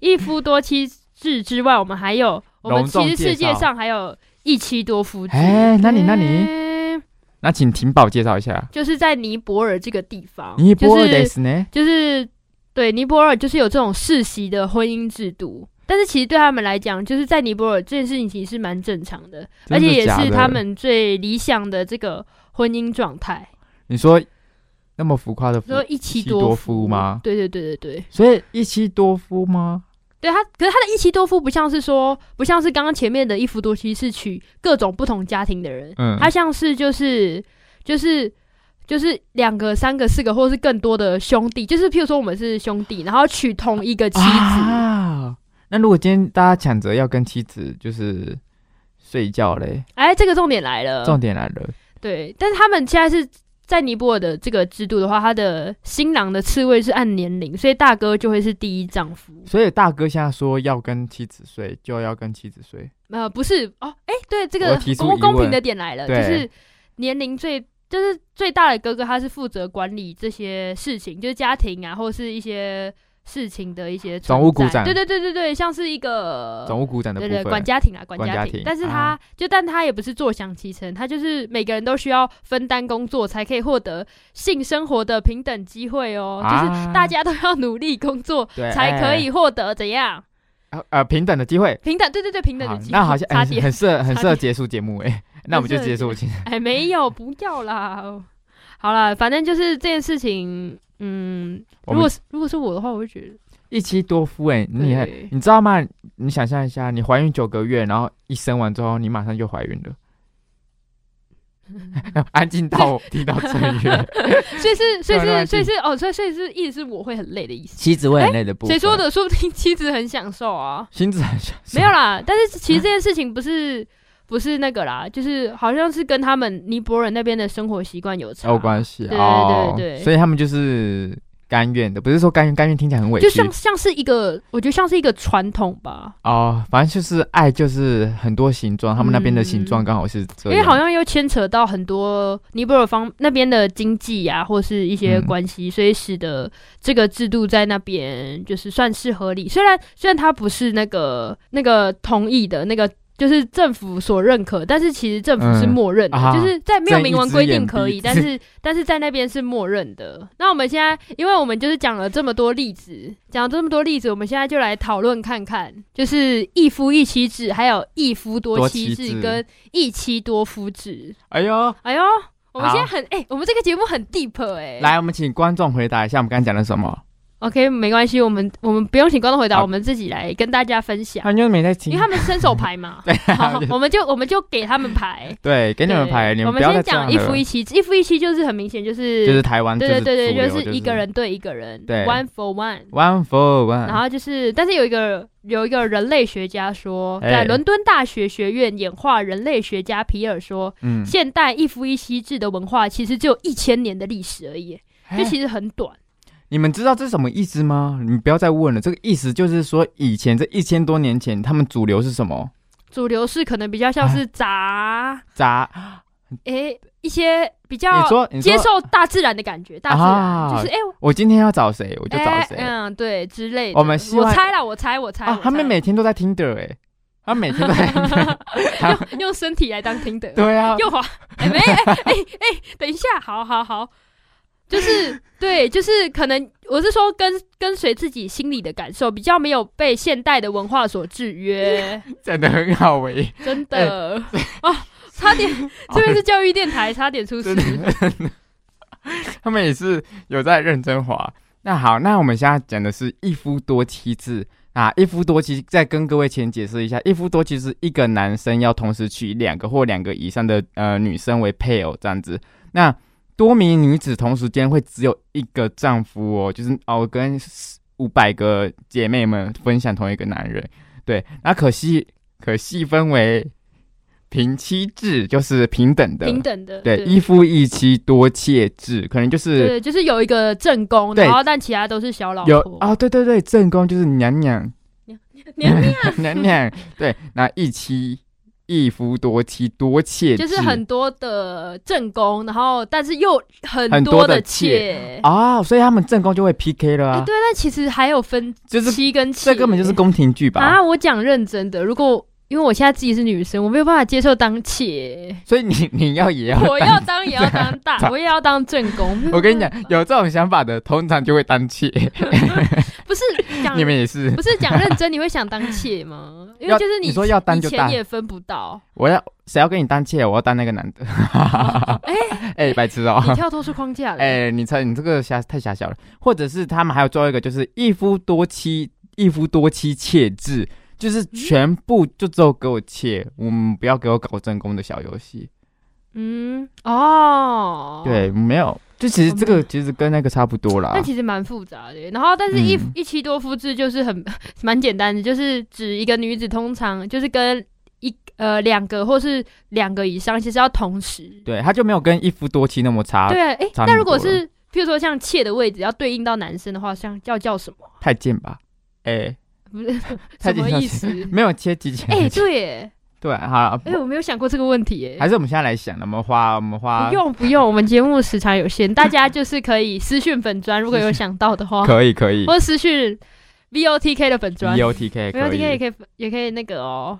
A: 一夫多妻制之外，我们还有，我们
B: 隆重
A: 其实世
B: 介
A: 界
B: 绍
A: 上还有一妻多夫制。
B: 哎那你那你
A: 哎
B: 那请婷宝介绍一下。
A: 就是在尼泊尔这个地方，
B: 尼泊尔
A: 就
B: 的
A: 是
B: 是呢？
A: 就是对尼泊尔就是有这种世袭的婚姻制度，但是其实对他们来讲，就是在尼泊尔这件事情其实是蛮正常的，而
B: 真的
A: 且也
B: 假
A: 是
B: 的
A: 他们最理想的这个婚姻状态，
B: 你说那么浮夸的浮
A: 说，一妻
B: 妻多
A: 夫
B: 夫吗
A: 对对对对对。
B: 所以一妻多夫吗？
A: 对他，可是他的一妻多夫不像是说，不像是刚刚前面的一夫多妻是娶各种不同家庭的人，
B: 嗯
A: 他像是就是就是就是两个、三个、四个，或是更多的兄弟，就是譬如说我们是兄弟，然后娶同一个妻子，
B: 啊，那如果今天大家抢着要跟妻子就是睡觉嘞，
A: 哎，这个重点来了，
B: 重点来了，
A: 对，但是他们现在是在尼泊尔的这个制度的话，他的新郎的次位是按年龄，所以大哥就会是第一丈夫，
B: 所以大哥现在说要跟妻子睡，就要跟妻子睡。
A: 呃，不是哦，哎、对，这
B: 我
A: 个
B: 提出
A: 公
B: 疑
A: 公平
B: 问
A: 的点来了，就
B: 对
A: 是年龄最就是最大的哥哥，他是负责管理这些事情，就是家庭啊，或是一些事情的一些
B: 总务股
A: 存在
B: 长
A: 对对对对对，像是一个
B: 总务股长的部
A: 对
B: 分
A: 呃对，，管家庭啊，管
B: 管
A: 家
B: 家
A: 庭
B: 庭。
A: 但是他、
B: 啊
A: 就，但他也不是坐享其成，他就是每个人都需要分担工作，才可以获得性生活的平等机会哦。就是
B: 啊
A: 大家都要努力工作，
B: 对
A: 才可以获得怎样
B: 哎呃平等的机会。
A: 平等？对对对，平等的
B: 好
A: 机会。
B: 啊那好像
A: 差
B: 哎很
A: 点
B: 很适合很
A: 差
B: 适合
A: 点
B: 结束节目哎，那我们就结束今天。
A: 哎，没有，不要啦。哦好啦，反正就是这件事情，嗯，如
B: 我们
A: 果是如果是我的话，我会觉得
B: 一妻多夫哎、你很
A: 对
B: 你知道吗？你 想象一下，你怀孕九个月，然后一生完之后，你马上就怀孕了，安静到我听到正月。
A: 所以 是，所以
B: 对
A: 是，
B: 乱
A: 所以
B: 记
A: 是，哦，所以所以是意思是我会很累的意思。
E: 妻子会很累的部分。
A: 谁说？的？说不定妻子很享受啊。
B: 心子很想
A: 没有啦，但是其实这件事情不是不是那个啦，就是好像是跟他们尼泊尔那边的生活习惯有差
B: 有关系
A: 对
B: 哦，
A: 对对对
B: 所以他们就是甘愿的，不是说甘愿，甘愿听起来很委
A: 就
B: 屈
A: 像像是一个，我觉得像是一个传统吧，
B: 哦。反正就是爱，就是很多形状，他们那边的形状
A: 嗯
B: 刚好是这
A: 因为
B: 样，
A: 好像又牵扯到很多尼泊尔方那边的经济啊，或是一些
B: 嗯
A: 关系，所以使得这个制度在那边就是算是合理。虽然虽然它不是那个那个同意的那个。就是政府所认可，但是其实政府是
B: 嗯
A: 默认的，
B: 啊
A: 就是在没有明文规定可以，
B: 睁
A: 但
B: 一只眼闭一
A: 是但是在那边是默认的。那我们现在，因为我们就是讲了这么多例子，讲了这么多例子，我们现在就来讨论看看，就是一夫一妻制，还有一夫多
B: 多
A: 妻
B: 妻
A: 制
B: 制
A: 跟一妻多夫制。
B: 哎呦，
A: 哎呦，我们
B: 好
A: 现在很哎、我们这个节目很 deep 哎、
B: 来，我们请观众回答一下我们刚才讲的什么？
A: ，OK，没关系，我们我们不用请观众回答，
B: 好
A: 我们自己来跟大家分享
B: 他，们就是没在
A: 因
B: 听
A: 为，他们是伸手牌嘛，好，我们就我们就给他们牌，
B: 对，给你们
A: 对
B: 排，你
A: 我
B: 们不
A: 们
B: 要再
A: 先
B: 这样
A: 讲一夫
B: 了
A: 一。妻，一夫一妻就是很明显就是、
B: 就是台湾，
A: 对对对对，
B: 主流
A: 是一个。人对一个人
B: 对嗯
A: ，one for one。
B: One for one，
A: 然后就是，但是有一个有一个人类学家说，
B: 哎
A: 在伦敦大学学院演化人类学家皮尔说，
B: 嗯，
A: 现代一夫一妻制的文化其实只有一千年的历史而已，
B: 哎
A: 就其实很短。
B: 你们知道这是什么意思吗？你们不要再问了，这个意思就是说，以前这一千多年前，他们主流是什么？
A: 主流是可能比较像
B: 哎
A: 是 杂，
B: 杂，
A: 诶、一些比较
B: 你说，你
A: 接
B: 说，
A: 受大自然的感觉，大自然、
B: 啊
A: 就是诶，
B: 我今天要找谁，我就找谁
A: 诶嗯，对之类的。
B: 我们希
A: 我
B: 望
A: 猜啦，我猜，我哎猜，我
B: 啊！
A: 猜
B: 他 们每天都在听的，哎，他们每天都在听的，
A: 用身体来当 听的，
B: 对啊，
A: 右滑，哎、没，哎哎哎，等一下，好好好，就是对，就是可能我是说跟跟随自己心里的感受，比较没有被现代的文化所制约，
B: 真的很好喂，
A: 真的、
B: 哎
A: 啊，差点这边是教育电台，差点出事
B: 真，的， 他们也是有在认真滑。那好，那我们现在讲的是一夫多妻制啊，一夫多妻，再跟各位前解释一下，一夫多妻是一个男生要同时娶两个或两个以上的呃女生为配偶这样子。那多名女子同时间会只有一个丈夫哦，就是哦跟五百个姐妹们分享同一个男人。对，那可惜可细分为平妻制，就是平等的，
A: 平等的，
B: 对，一夫一妻多妾制，可能就是
A: 对，就是有一个正宫，
B: 对
A: 然后但其他都是小老
B: 有
A: 婆。
B: 啊、对对对，正宫就是娘娘，
A: 娘娘
B: 娘娘，对，那一妻一夫多妻多妾
A: 就是
B: 制
A: 很多的正宫，然后但是又很
B: 很
A: 多
B: 多的
A: 妾。
B: 啊、所以他们正宫就会 PK
A: 哎、
B: 了、啊
A: 对，但其实还有分
B: 就是
A: 妻跟妾，
B: 这根本就是宫廷剧吧？
A: 啊！我讲认真的，如果因为我现在自己是女生，我没有办法接受当妾，
B: 所以你你要也要，
A: 我要当也要当大，
B: 当
A: 我也要当正宫。
B: 我跟你讲，有这种想法的，通常就会 当妾，
A: 不是讲
B: 你们也是
A: 不。是讲认真，你会想当妾 吗？因为
B: 要
A: 就是
B: 你说要当
A: 你
B: 就
A: 钱
B: 当
A: 也分不 到，
B: 我要谁要跟你当妾？我要当那个男的。
A: 哦
B: 哎 哎，白痴哦、
A: 你跳脱出框架了。
B: 哎、你猜你这个狭太狭小了，或者是他们还有最后一个就是一夫多妻，一夫多妻妾制，就是
A: 嗯
B: 全部就只有给我妾，我们不要给我搞正宫的小游戏。
A: 嗯，哦，
B: 对，啊没有，就其实这
A: 我
B: 个其实跟那个差不多啦
A: 那。其实蛮复杂的耶，然后但是一、
B: 嗯
A: 一妻多夫制就是很 蛮简单的，就是指一个女子通常就是跟一呃两个或是两个以上，其实要同时。
B: 对，他就没有跟一夫多妻那么差，
A: 对啊，哎、
B: 差那么
A: 那如果
B: 多了
A: 是譬如说像妾的位置要对应到男生的话，像要叫什么？
B: 太贱吧？哎、
A: 不 是
B: 太
A: 什么
B: 近像
A: 意思？
B: 没有切几切。
A: 哎、对 耶，
B: 对，好了
A: 哎、，我没有想过这个问题耶。
B: 还是我啊们现在来想，我们花我们花
A: 不用不用，我们节目时长有限，大家就是可以私讯粉砖，如果有想到的话，
B: 可以可 以
A: 或者私讯 V O T K 的粉砖
B: ，E O T K
A: ，V O
B: 可
A: T K 也
B: 以，
A: 可以也可以那个哦。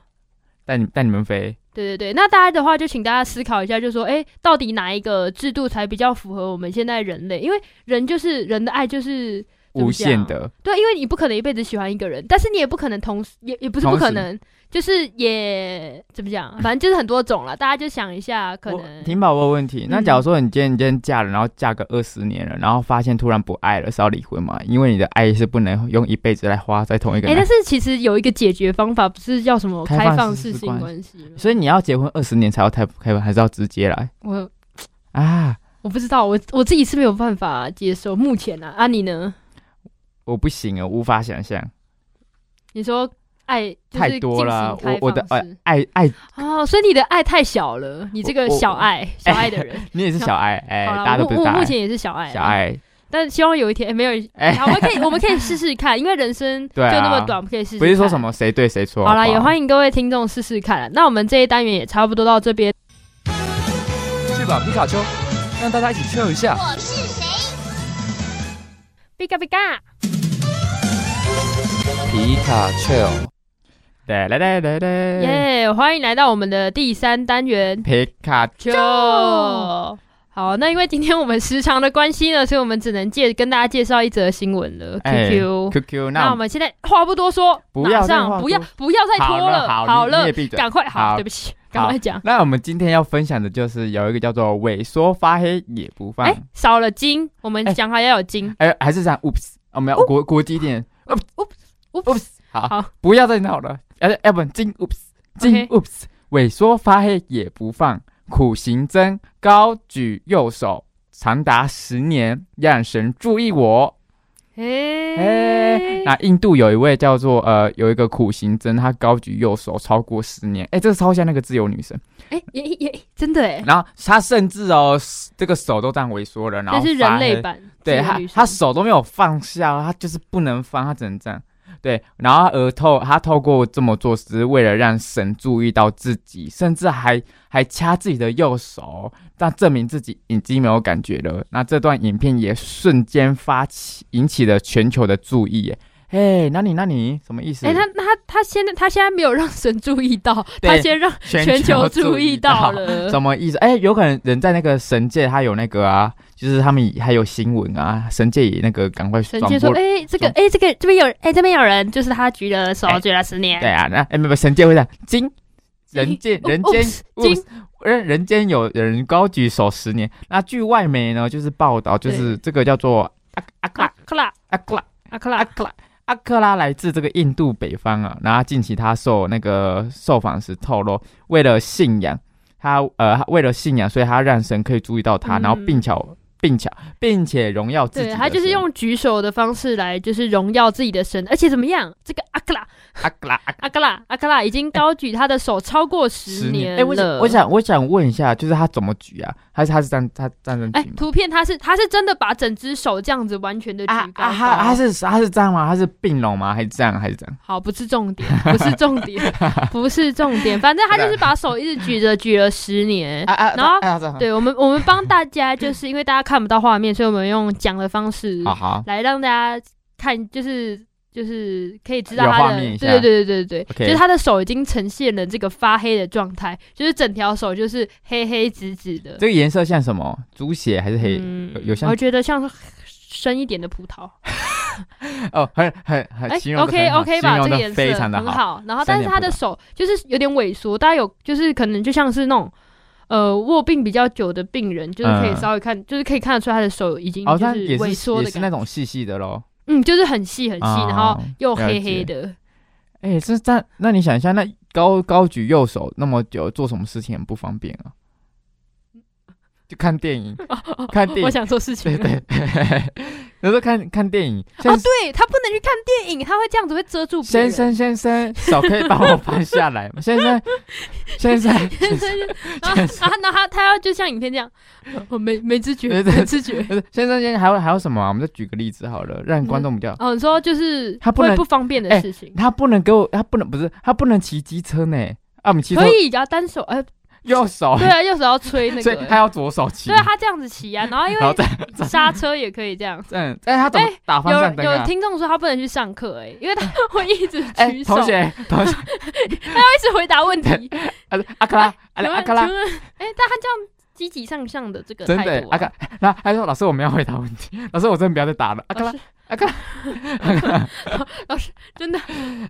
B: 带你带你们飞。
A: 对对对，那大家的话就请大家思考一下，就说，哎，到底哪一个制度才比较符合我们现在人类？因为人就是人的爱就是
B: 无限的，
A: 对，因为你不可能一辈子喜欢一个人，但是你也不可能同时，也也不是不
B: 同时
A: 可能，就是也怎么讲，反正就是很多种了。大家就想一下，可
B: 我
A: 能
B: 挺宝宝问题。那
A: 嗯
B: 假如说你今天你今天嫁了，然后嫁个二十年了，然后发现突然不爱了，是要离婚吗？因为你的爱是不能用一辈子来花在同一个
A: 哎、
B: 人。
A: 但是其实有一个解决方法，不是叫什么
B: 开
A: 开
B: 放
A: 放
B: 式
A: 式
B: 式
A: 性
B: 关
A: 关系吗？
B: 所以你要结婚二十年才要开开，还是要直接来
A: 我
B: 啊？
A: 我不知道，我我自己是没有办法接受。目前啊，啊你呢？
B: 我不行啊，无法想象，
A: 你说爱、就是、
B: 太多了。啊我我的
A: 爱
B: 爱爱爱，
A: 哦，所以你的爱太小了，你这个
B: 我我
A: 小爱小爱 的人。
B: 你也是 小爱，哎，
A: 好啦，
B: 大家都
A: 我
B: 不是
A: 我
B: 大
A: 目
B: 爱，
A: 前也是小爱，啊
B: 小。爱。
A: 但希望有一天，哎没有人，
B: 哎
A: 好，我们可以我们可以试试看，因为人生就
B: 对啊
A: 那么短，我们可以试试。
B: 不是说什。么谁对啊谁错。
A: 好啦，
B: 不
A: 也欢迎各位听众试试看啦。那我们这一单元也差不多到这边。
C: 去吧，皮卡丘，让大家一起 chill 一下。
D: 我是谁？
A: 比嘎比嘎，
C: 皮卡丘，
B: 对，来来来来，
A: 耶！欢迎来到我们的第三单元。
B: 皮卡
A: 就好，那因为今天我们时长的关系呢，所以我们只能介跟大家介绍一则新闻了。
B: 哎
A: QQ，、
B: QQ，
A: 那
B: 那
A: 我们现在话不多说，
B: 不要
A: 马
B: 再
A: 上
B: 话
A: 不要
B: 多
A: 不要再拖
B: 好
A: 了，
B: 好
A: 好
B: 你你也闭嘴。
A: 赶快好，
B: 好
A: 对不起，赶快讲。
B: 那我们今天要分享的就是有一个叫做“萎缩发黑也不放
A: 哎、”，少了金，我们
B: 哎
A: 讲好要有金。
B: 哎，还是这样，oops，我
A: 哦
B: 们要国国际一点
A: 我
B: ，oops，好
A: 好，
B: 不要再闹了，要要不然金 oops，金
A: OK
B: oops，萎缩发黑也不放，苦行僧高举右手，长达十年，让神注意我。
A: 哎、
B: 哎、那印度有一位叫做呃，有一个苦行僧，他高举右手超过十年，哎、这个超像那个自由女神。
A: 哎、也也真的哎、
B: 然后他甚至哦，这个手都这样萎缩了，然
A: 这
B: 后
A: 是
B: 发
A: 人
B: 黑
A: 类版自
B: 对
A: 由
B: 他
A: 女神，
B: 他手都没有放下，他就是不能放，他只能这样。对，然后他而透他透过这么做，只是为了让神注意到自己，甚至还还掐自己的右手，让证明自己已经没有感觉了。那这段影片也瞬间发起引起了全球的注意耶。嘿，那你那你什么意思？
A: 哎、他他他现在他现在没有让神注意到，
B: 对
A: 他先让全球注意到
B: 了。
A: 了。
B: 什么意思？哎、有可能人在那个神界，他有那个啊，就是他们还有新闻啊，神界也那个赶快
A: 神
B: 转
A: 界说：“
B: 播
A: 哎、这个，哎、这个这边有人，哎、这边有人，就是他举了手，
B: 哎
A: 举了十年。
B: 对啊，那哎，没有没有神界会这样，金人间
A: 哦
B: 人
A: 哦
B: 间
A: 金
B: 金人人间有人高举手十年。那据外媒呢，就是报道，就是这个叫做阿阿克
A: 克
B: 拉
A: 拉啊克拉
B: 阿克拉
A: 阿克拉，
B: 阿克拉阿克拉来自这个印度北方啊。然后近期他受那个受访时透露，为了信仰，他呃他为了信仰，所以他让神可以注意到他，
A: 嗯
B: 然后并且并且并且荣耀自己
A: 对
B: 的神。
A: 他就是用举手的方式来，就是荣耀自己的神。而且怎么样，这个阿克拉
B: 阿克拉阿
A: 阿克拉阿克拉已经高举他的手超过
B: 十
A: 十
B: 年。
A: 年
B: 哎、我想
A: 了。
B: 我想我想问一下，就是他怎么举啊？还是他是站他站着
A: 哎、
B: 举吗？
A: 图片他是他是真的把整只手这样子完全的举
B: 啊
A: 高高。
B: 啊，他他是他是这样吗？他是并拢吗？还是这样？还是这样？
A: 好，不是重点，不是重 点，不是重点，反正他就是把手一直举着，举了十年。
B: 啊啊
A: 哎然后
B: 啊这样，
A: 对我们，我们帮大家，就是因为大家看不到画面，所以我们用讲的方式
B: 啊好好
A: 来让大家看，就是就是可以知道
B: 有
A: 他
B: 画
A: 的，对
B: 面一
A: 对
B: 下
A: 对对对就
B: OK
A: 是他的手已经呈现了这个发黑的状态，就是整条手就是黑黑紫紫的，
B: 这个颜色像什么？猪血还是黑？
A: 嗯
B: 有有像
A: 我觉得像深一点的葡萄，
B: 哦，很很很形容得
A: 哎 OK
B: 很好
A: OK 吧，这
B: 形
A: 个
B: 容
A: 颜色
B: 的非常的
A: 很
B: 好。
A: 好。然后，
B: 三
A: 但是
B: 点
A: 他的
B: 不
A: 手就是有点萎缩，大家有就是可能就像是那种呃卧病比较久的病人，就是可以
B: 嗯
A: 稍微看，就是可以看得出他的手已经
B: 哦，
A: 就
B: 但也
A: 萎
B: 是
A: 缩
B: 也
A: 的
B: 是
A: 感
B: 那
A: 觉，
B: 种细细的咯。
A: 嗯，就是很细很细，
B: 啊
A: 然后又黑
B: 了
A: 黑
B: 解
A: 的。
B: 哎，这这样，那你想一下，那高高举右手那么久，做什么事情很不方便啊？就看 电影，
A: 哦
B: 看电
A: 我
B: 影，
A: 想做事情
B: 对
A: 了。
B: 对，有时候看看电影，
A: 哦，
B: 像
A: 对他不能去看电影，他会这样子会遮住别
B: 先
A: 人。
B: 生，先生，手可以帮我放 下来吗？先生，先生，
A: 先生就，然后然后然后他他要就像影片这样，我没没知觉，
B: 对对
A: 没知觉。
B: 不是先生，先生，还有还有什么、啊？我们再举个例子好了，让观众比较。
A: 哦，你说就是
B: 他不
A: 会
B: 能
A: 不方便的
B: 哎
A: 事情，
B: 他不能给我，他不能不是，他不能骑机车呢。啊，我们骑车
A: 可以要单手，哎，
B: 右手，
A: 对啊，右手要吹那
B: 哦所以
A: 个，
B: 他要左手骑。
A: 对啊，他这样子骑啊，然后因
B: 然后 再
A: 为刹车也可以这样。
B: 嗯，但是他怎么打 方向
A: 有
B: 灯啊
A: 哎有？听众说他不能去上课，哎，因为 他会一直
B: 哎、
A: 举手，
B: 同学，同 学，
A: 他一直回答问题。
B: 阿阿克拉， 阿
A: 请问
B: 阿克拉
A: 请，问哎，但他这样积极向上的这个
B: 真的、
A: 态
B: 欸
A: 度，啊，
B: 阿克拉，然后他说老师我们要回答问题，老师我真的不要再打了，阿克
A: 老
B: 拉
A: 师，
B: 阿克，
A: 老师哦真的，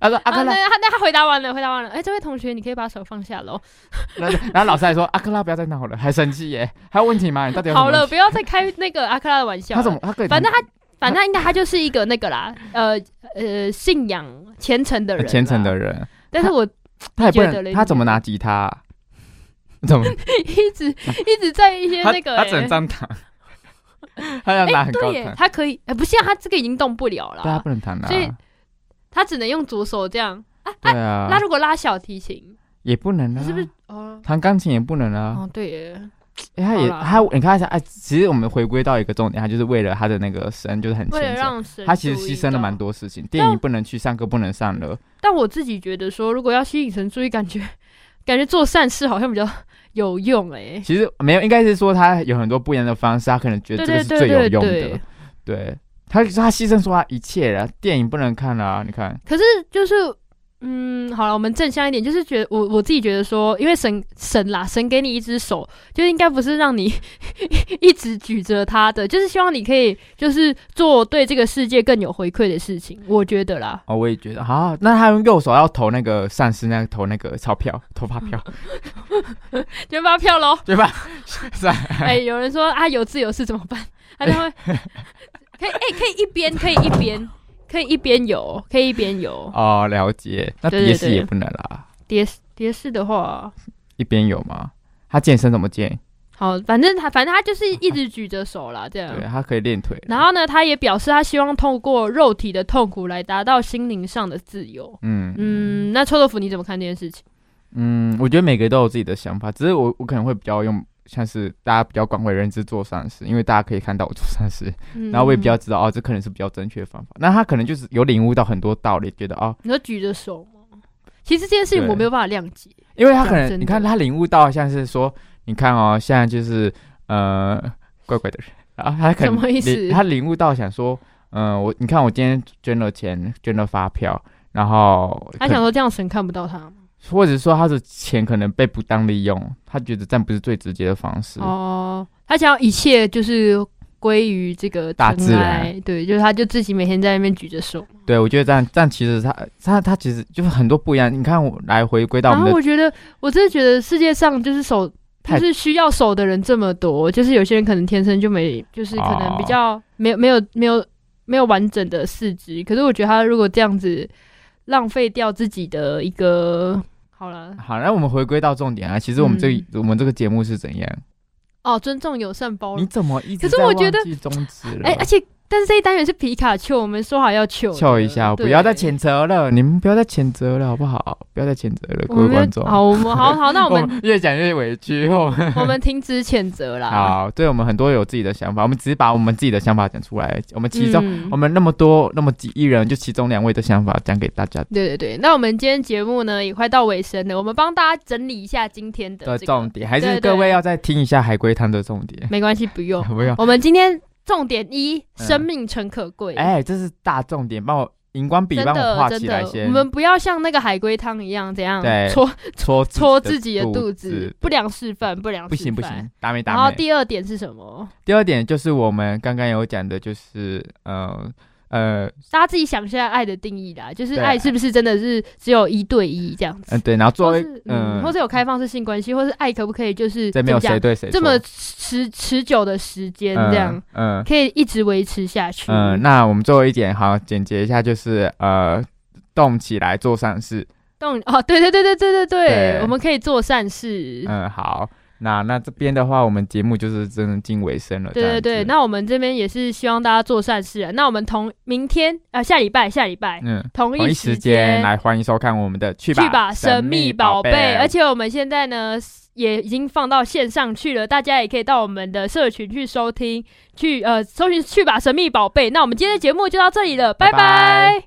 B: 他说阿
A: 啊，那
B: 克拉，
A: 他那他回答完了，回答完了。哎、这位同学，你可以把手放下喽。
B: 然后然后老师还说阿克拉不要再闹了，还生气耶， 还有问题吗？你到底有什么
A: 好了，
B: 问题
A: 不要再开那个阿克拉的玩笑了。
B: 他怎么他可以
A: 反正他，反正应该他就是一个那个啦，呃呃，信仰虔诚的人，
B: 虔诚的。人，啊
A: 但是我
B: 他也不
A: 觉得嘞
B: 能他怎么拿吉他 啊？怎么
A: 一直一直在一些
B: 他
A: 那个、
B: 他
A: 欸
B: 只能张糖， 他要拿很高
A: 对
B: 的
A: 耶，
B: 糖，
A: 他可以，哎、不是、啊，他这个已经动不了了
B: 对他
A: 啊，
B: 不能弹啊，
A: 所以他只能用左手这样。
B: 对
A: 那
B: 啊，
A: 如果拉小提琴，
B: 也不能啊，
A: 是不是？哦
B: 弹钢琴也不能啊？
A: 哦，对耶，
B: 欸、他也
A: 好啦
B: 他，你看他哎，其实我们回归到一个重点，他就是为了他的那个神，就是很
A: 为了
B: 虔诚。
A: 让神，
B: 他其实牺牲了蛮。多事情，电影不能去，上课不能上了，
A: 但我自己觉得说，如果要吸引神注意，感觉 感觉做善事好像比较有用哎、
B: 其实没有，应该是说他有很多不一样的方式，他可能觉得这个是
A: 对
B: 最
A: 对对
B: 有用的。
A: 对对
B: 对他，他牺牲说他一切了，电影不能看了、你看，
A: 可是就是，嗯，好了，我们正向一点，就是觉得我我自己觉得说，因为神神啦，神给你一只手，就应该不是让你 一直举着它的，就是希望你可以就是做对这个世界更有回馈的事情，我觉得啦。
B: 哦，我也觉得，好、那他用右手要投那个丧尸，那个投那个钞票，投发
A: 嗯
B: 票，
A: 捐发票喽！
B: 对吧？是啊，
A: 哎、有人说啊，有志有事怎么办？ 他就会可以哎、可以一边可以一边可以一边有，可以一边有
B: 哦，了解。那
A: 对对
B: 蝶式
A: 对
B: 也不能啦，
A: 蝶式蝶式的话。
B: 一边有吗？他健身怎么健？
A: 好，反正他反正他就是一直举着手啦，这样。
B: 对，他可以练腿。
A: 嗯然后呢，他也表示他希望透过肉体的痛苦来达到心灵上的自由。
B: 嗯
A: 嗯，那臭豆腐你怎么看这件事情？
B: 嗯，我觉得每个人都有自己的想法，只是我我可能会比较用像是大家比较广为人知做善事，因为大家可以看到我做善事，
A: 嗯
B: 然后我也比较知道哦，这可能是比较正确的方法。那他可能就是有领悟到很多道理，觉得哦，
A: 你说举着手吗？其实这件事情
B: 对
A: 我没有办法谅解。
B: 因为他可
A: 讲真的
B: 能你看他领悟到像是说，你看哦，现在就是呃怪怪的人，然后他可能
A: 什么意思
B: 领他领悟到想说，嗯、我你看我今天捐了钱，捐了发票，然后
A: 他
B: 可
A: 想说这样神看不到他吗
B: 或者说他的钱可能被不当利用，他觉得这样不是最直接的方式。
A: 哦，他想要一切就是归于这个
B: 大
A: 尘
B: 自然
A: 埃，对，就是他就自己每天在那边举着手。
B: 对，我觉得这样，这样其实他他他其实就是很多不一样。你看，我来回归到我
A: 然
B: 们
A: 后
B: 的
A: 我觉得，我真的觉得世界上就是手，就
B: 太
A: 是需要手的人这么多，就是有些人可能天生就没，就是可能比
B: 哦
A: 较没有、没有没有没有完整的四肢。可是我觉得他如果这样子浪费掉自己的一个，好了，
B: 好，那我们回归到重点啊。其实我们
A: 嗯
B: 这个、我们这个节目是怎样？
A: 哦，尊重、友善、包
B: 你
A: 容。
B: 怎么一直
A: 可是
B: 在
A: 我觉得
B: 忘记宗旨了？
A: 哎、而且但是这一单元是皮卡丘，我们说好要求
B: 笑一下，不要再。
A: 对
B: 谴责了，你们不要再谴责了，好不好？不要再谴责了，各
A: 我们
B: 位
A: 没有
B: 观众。
A: 好，我们好好，那我
B: 我
A: 们
B: 们越讲越委 屈哦。
A: 我们停止谴责啦。
B: 好，对我们很多有自己的想法，我们只是把我们自己的想法讲出来。我们其中、
A: 嗯
B: 我们那么多那么几亿人，就其中两位的想法讲给大家
A: 对对对，那我们今天节目呢也快到尾声了，我们帮大家整理一下今天的、
B: 的
A: 这个
B: 重。点，还
A: 对
B: 是
A: 对哦
B: 各位要再听一下海龟汤的重点。
A: 没关系，不用。
B: 不要，
A: 我们今天重点一，
B: 嗯
A: 生命诚可贵。
B: 哎，这是大重点，帮我荧光笔
A: 真
B: 帮我
A: 的
B: 画
A: 真
B: 起来
A: 的，
B: 先
A: 我，们不要像那个海龟汤一样，怎样
B: 对
A: 戳
B: 戳
A: 戳
B: 自
A: 自
B: 己
A: 己
B: 的
A: 的
B: 肚
A: 肚
B: 子
A: 子，不良示范，不良
B: 不
A: 示
B: 行
A: 范。
B: 不行，打没
A: 然后
B: 打没。
A: 第二点是什么？
B: 第二点就是我们刚刚有讲的，就是呃呃
A: 大家自己想一下爱的定义啦，就是
B: 对
A: 爱是不是真的是只有一对一这样子
B: 嗯，对，然后作
A: 或
B: 为
A: 是嗯，
B: 嗯
A: 或，是有开放式性关系，或是爱可不可以就是
B: 这
A: 怎
B: 没有
A: 么讲
B: 谁对谁
A: 这
B: 错
A: 么持持久的时间，
B: 嗯
A: 这样、
B: 嗯
A: 可以一直维持下去。
B: 嗯，那我们最后一点好简洁一下，就是呃动起来做善事，
A: 动哦，对对对对对对对，
B: 对
A: 我们可以做善事。
B: 嗯好。那那这边的话，我们节目就是真的近尾声了。
A: 对
B: 这样
A: 对对，
B: 子
A: 那我们这边也是希望大家做善事、啊。那我们同明天呃下礼拜下礼拜、
B: 嗯，
A: 同
B: 同一
A: 一
B: 时
A: 时
B: 间
A: 间
B: 来欢迎收看我们的去吧
A: 去吧神秘宝贝，而
B: 且
A: 且我们现在呢也已经放到线上去了，大家也可以到我们的社群去收听，去呃搜寻去吧神秘宝贝。那我们今天的节目就到这里了，
B: 拜
A: 拜拜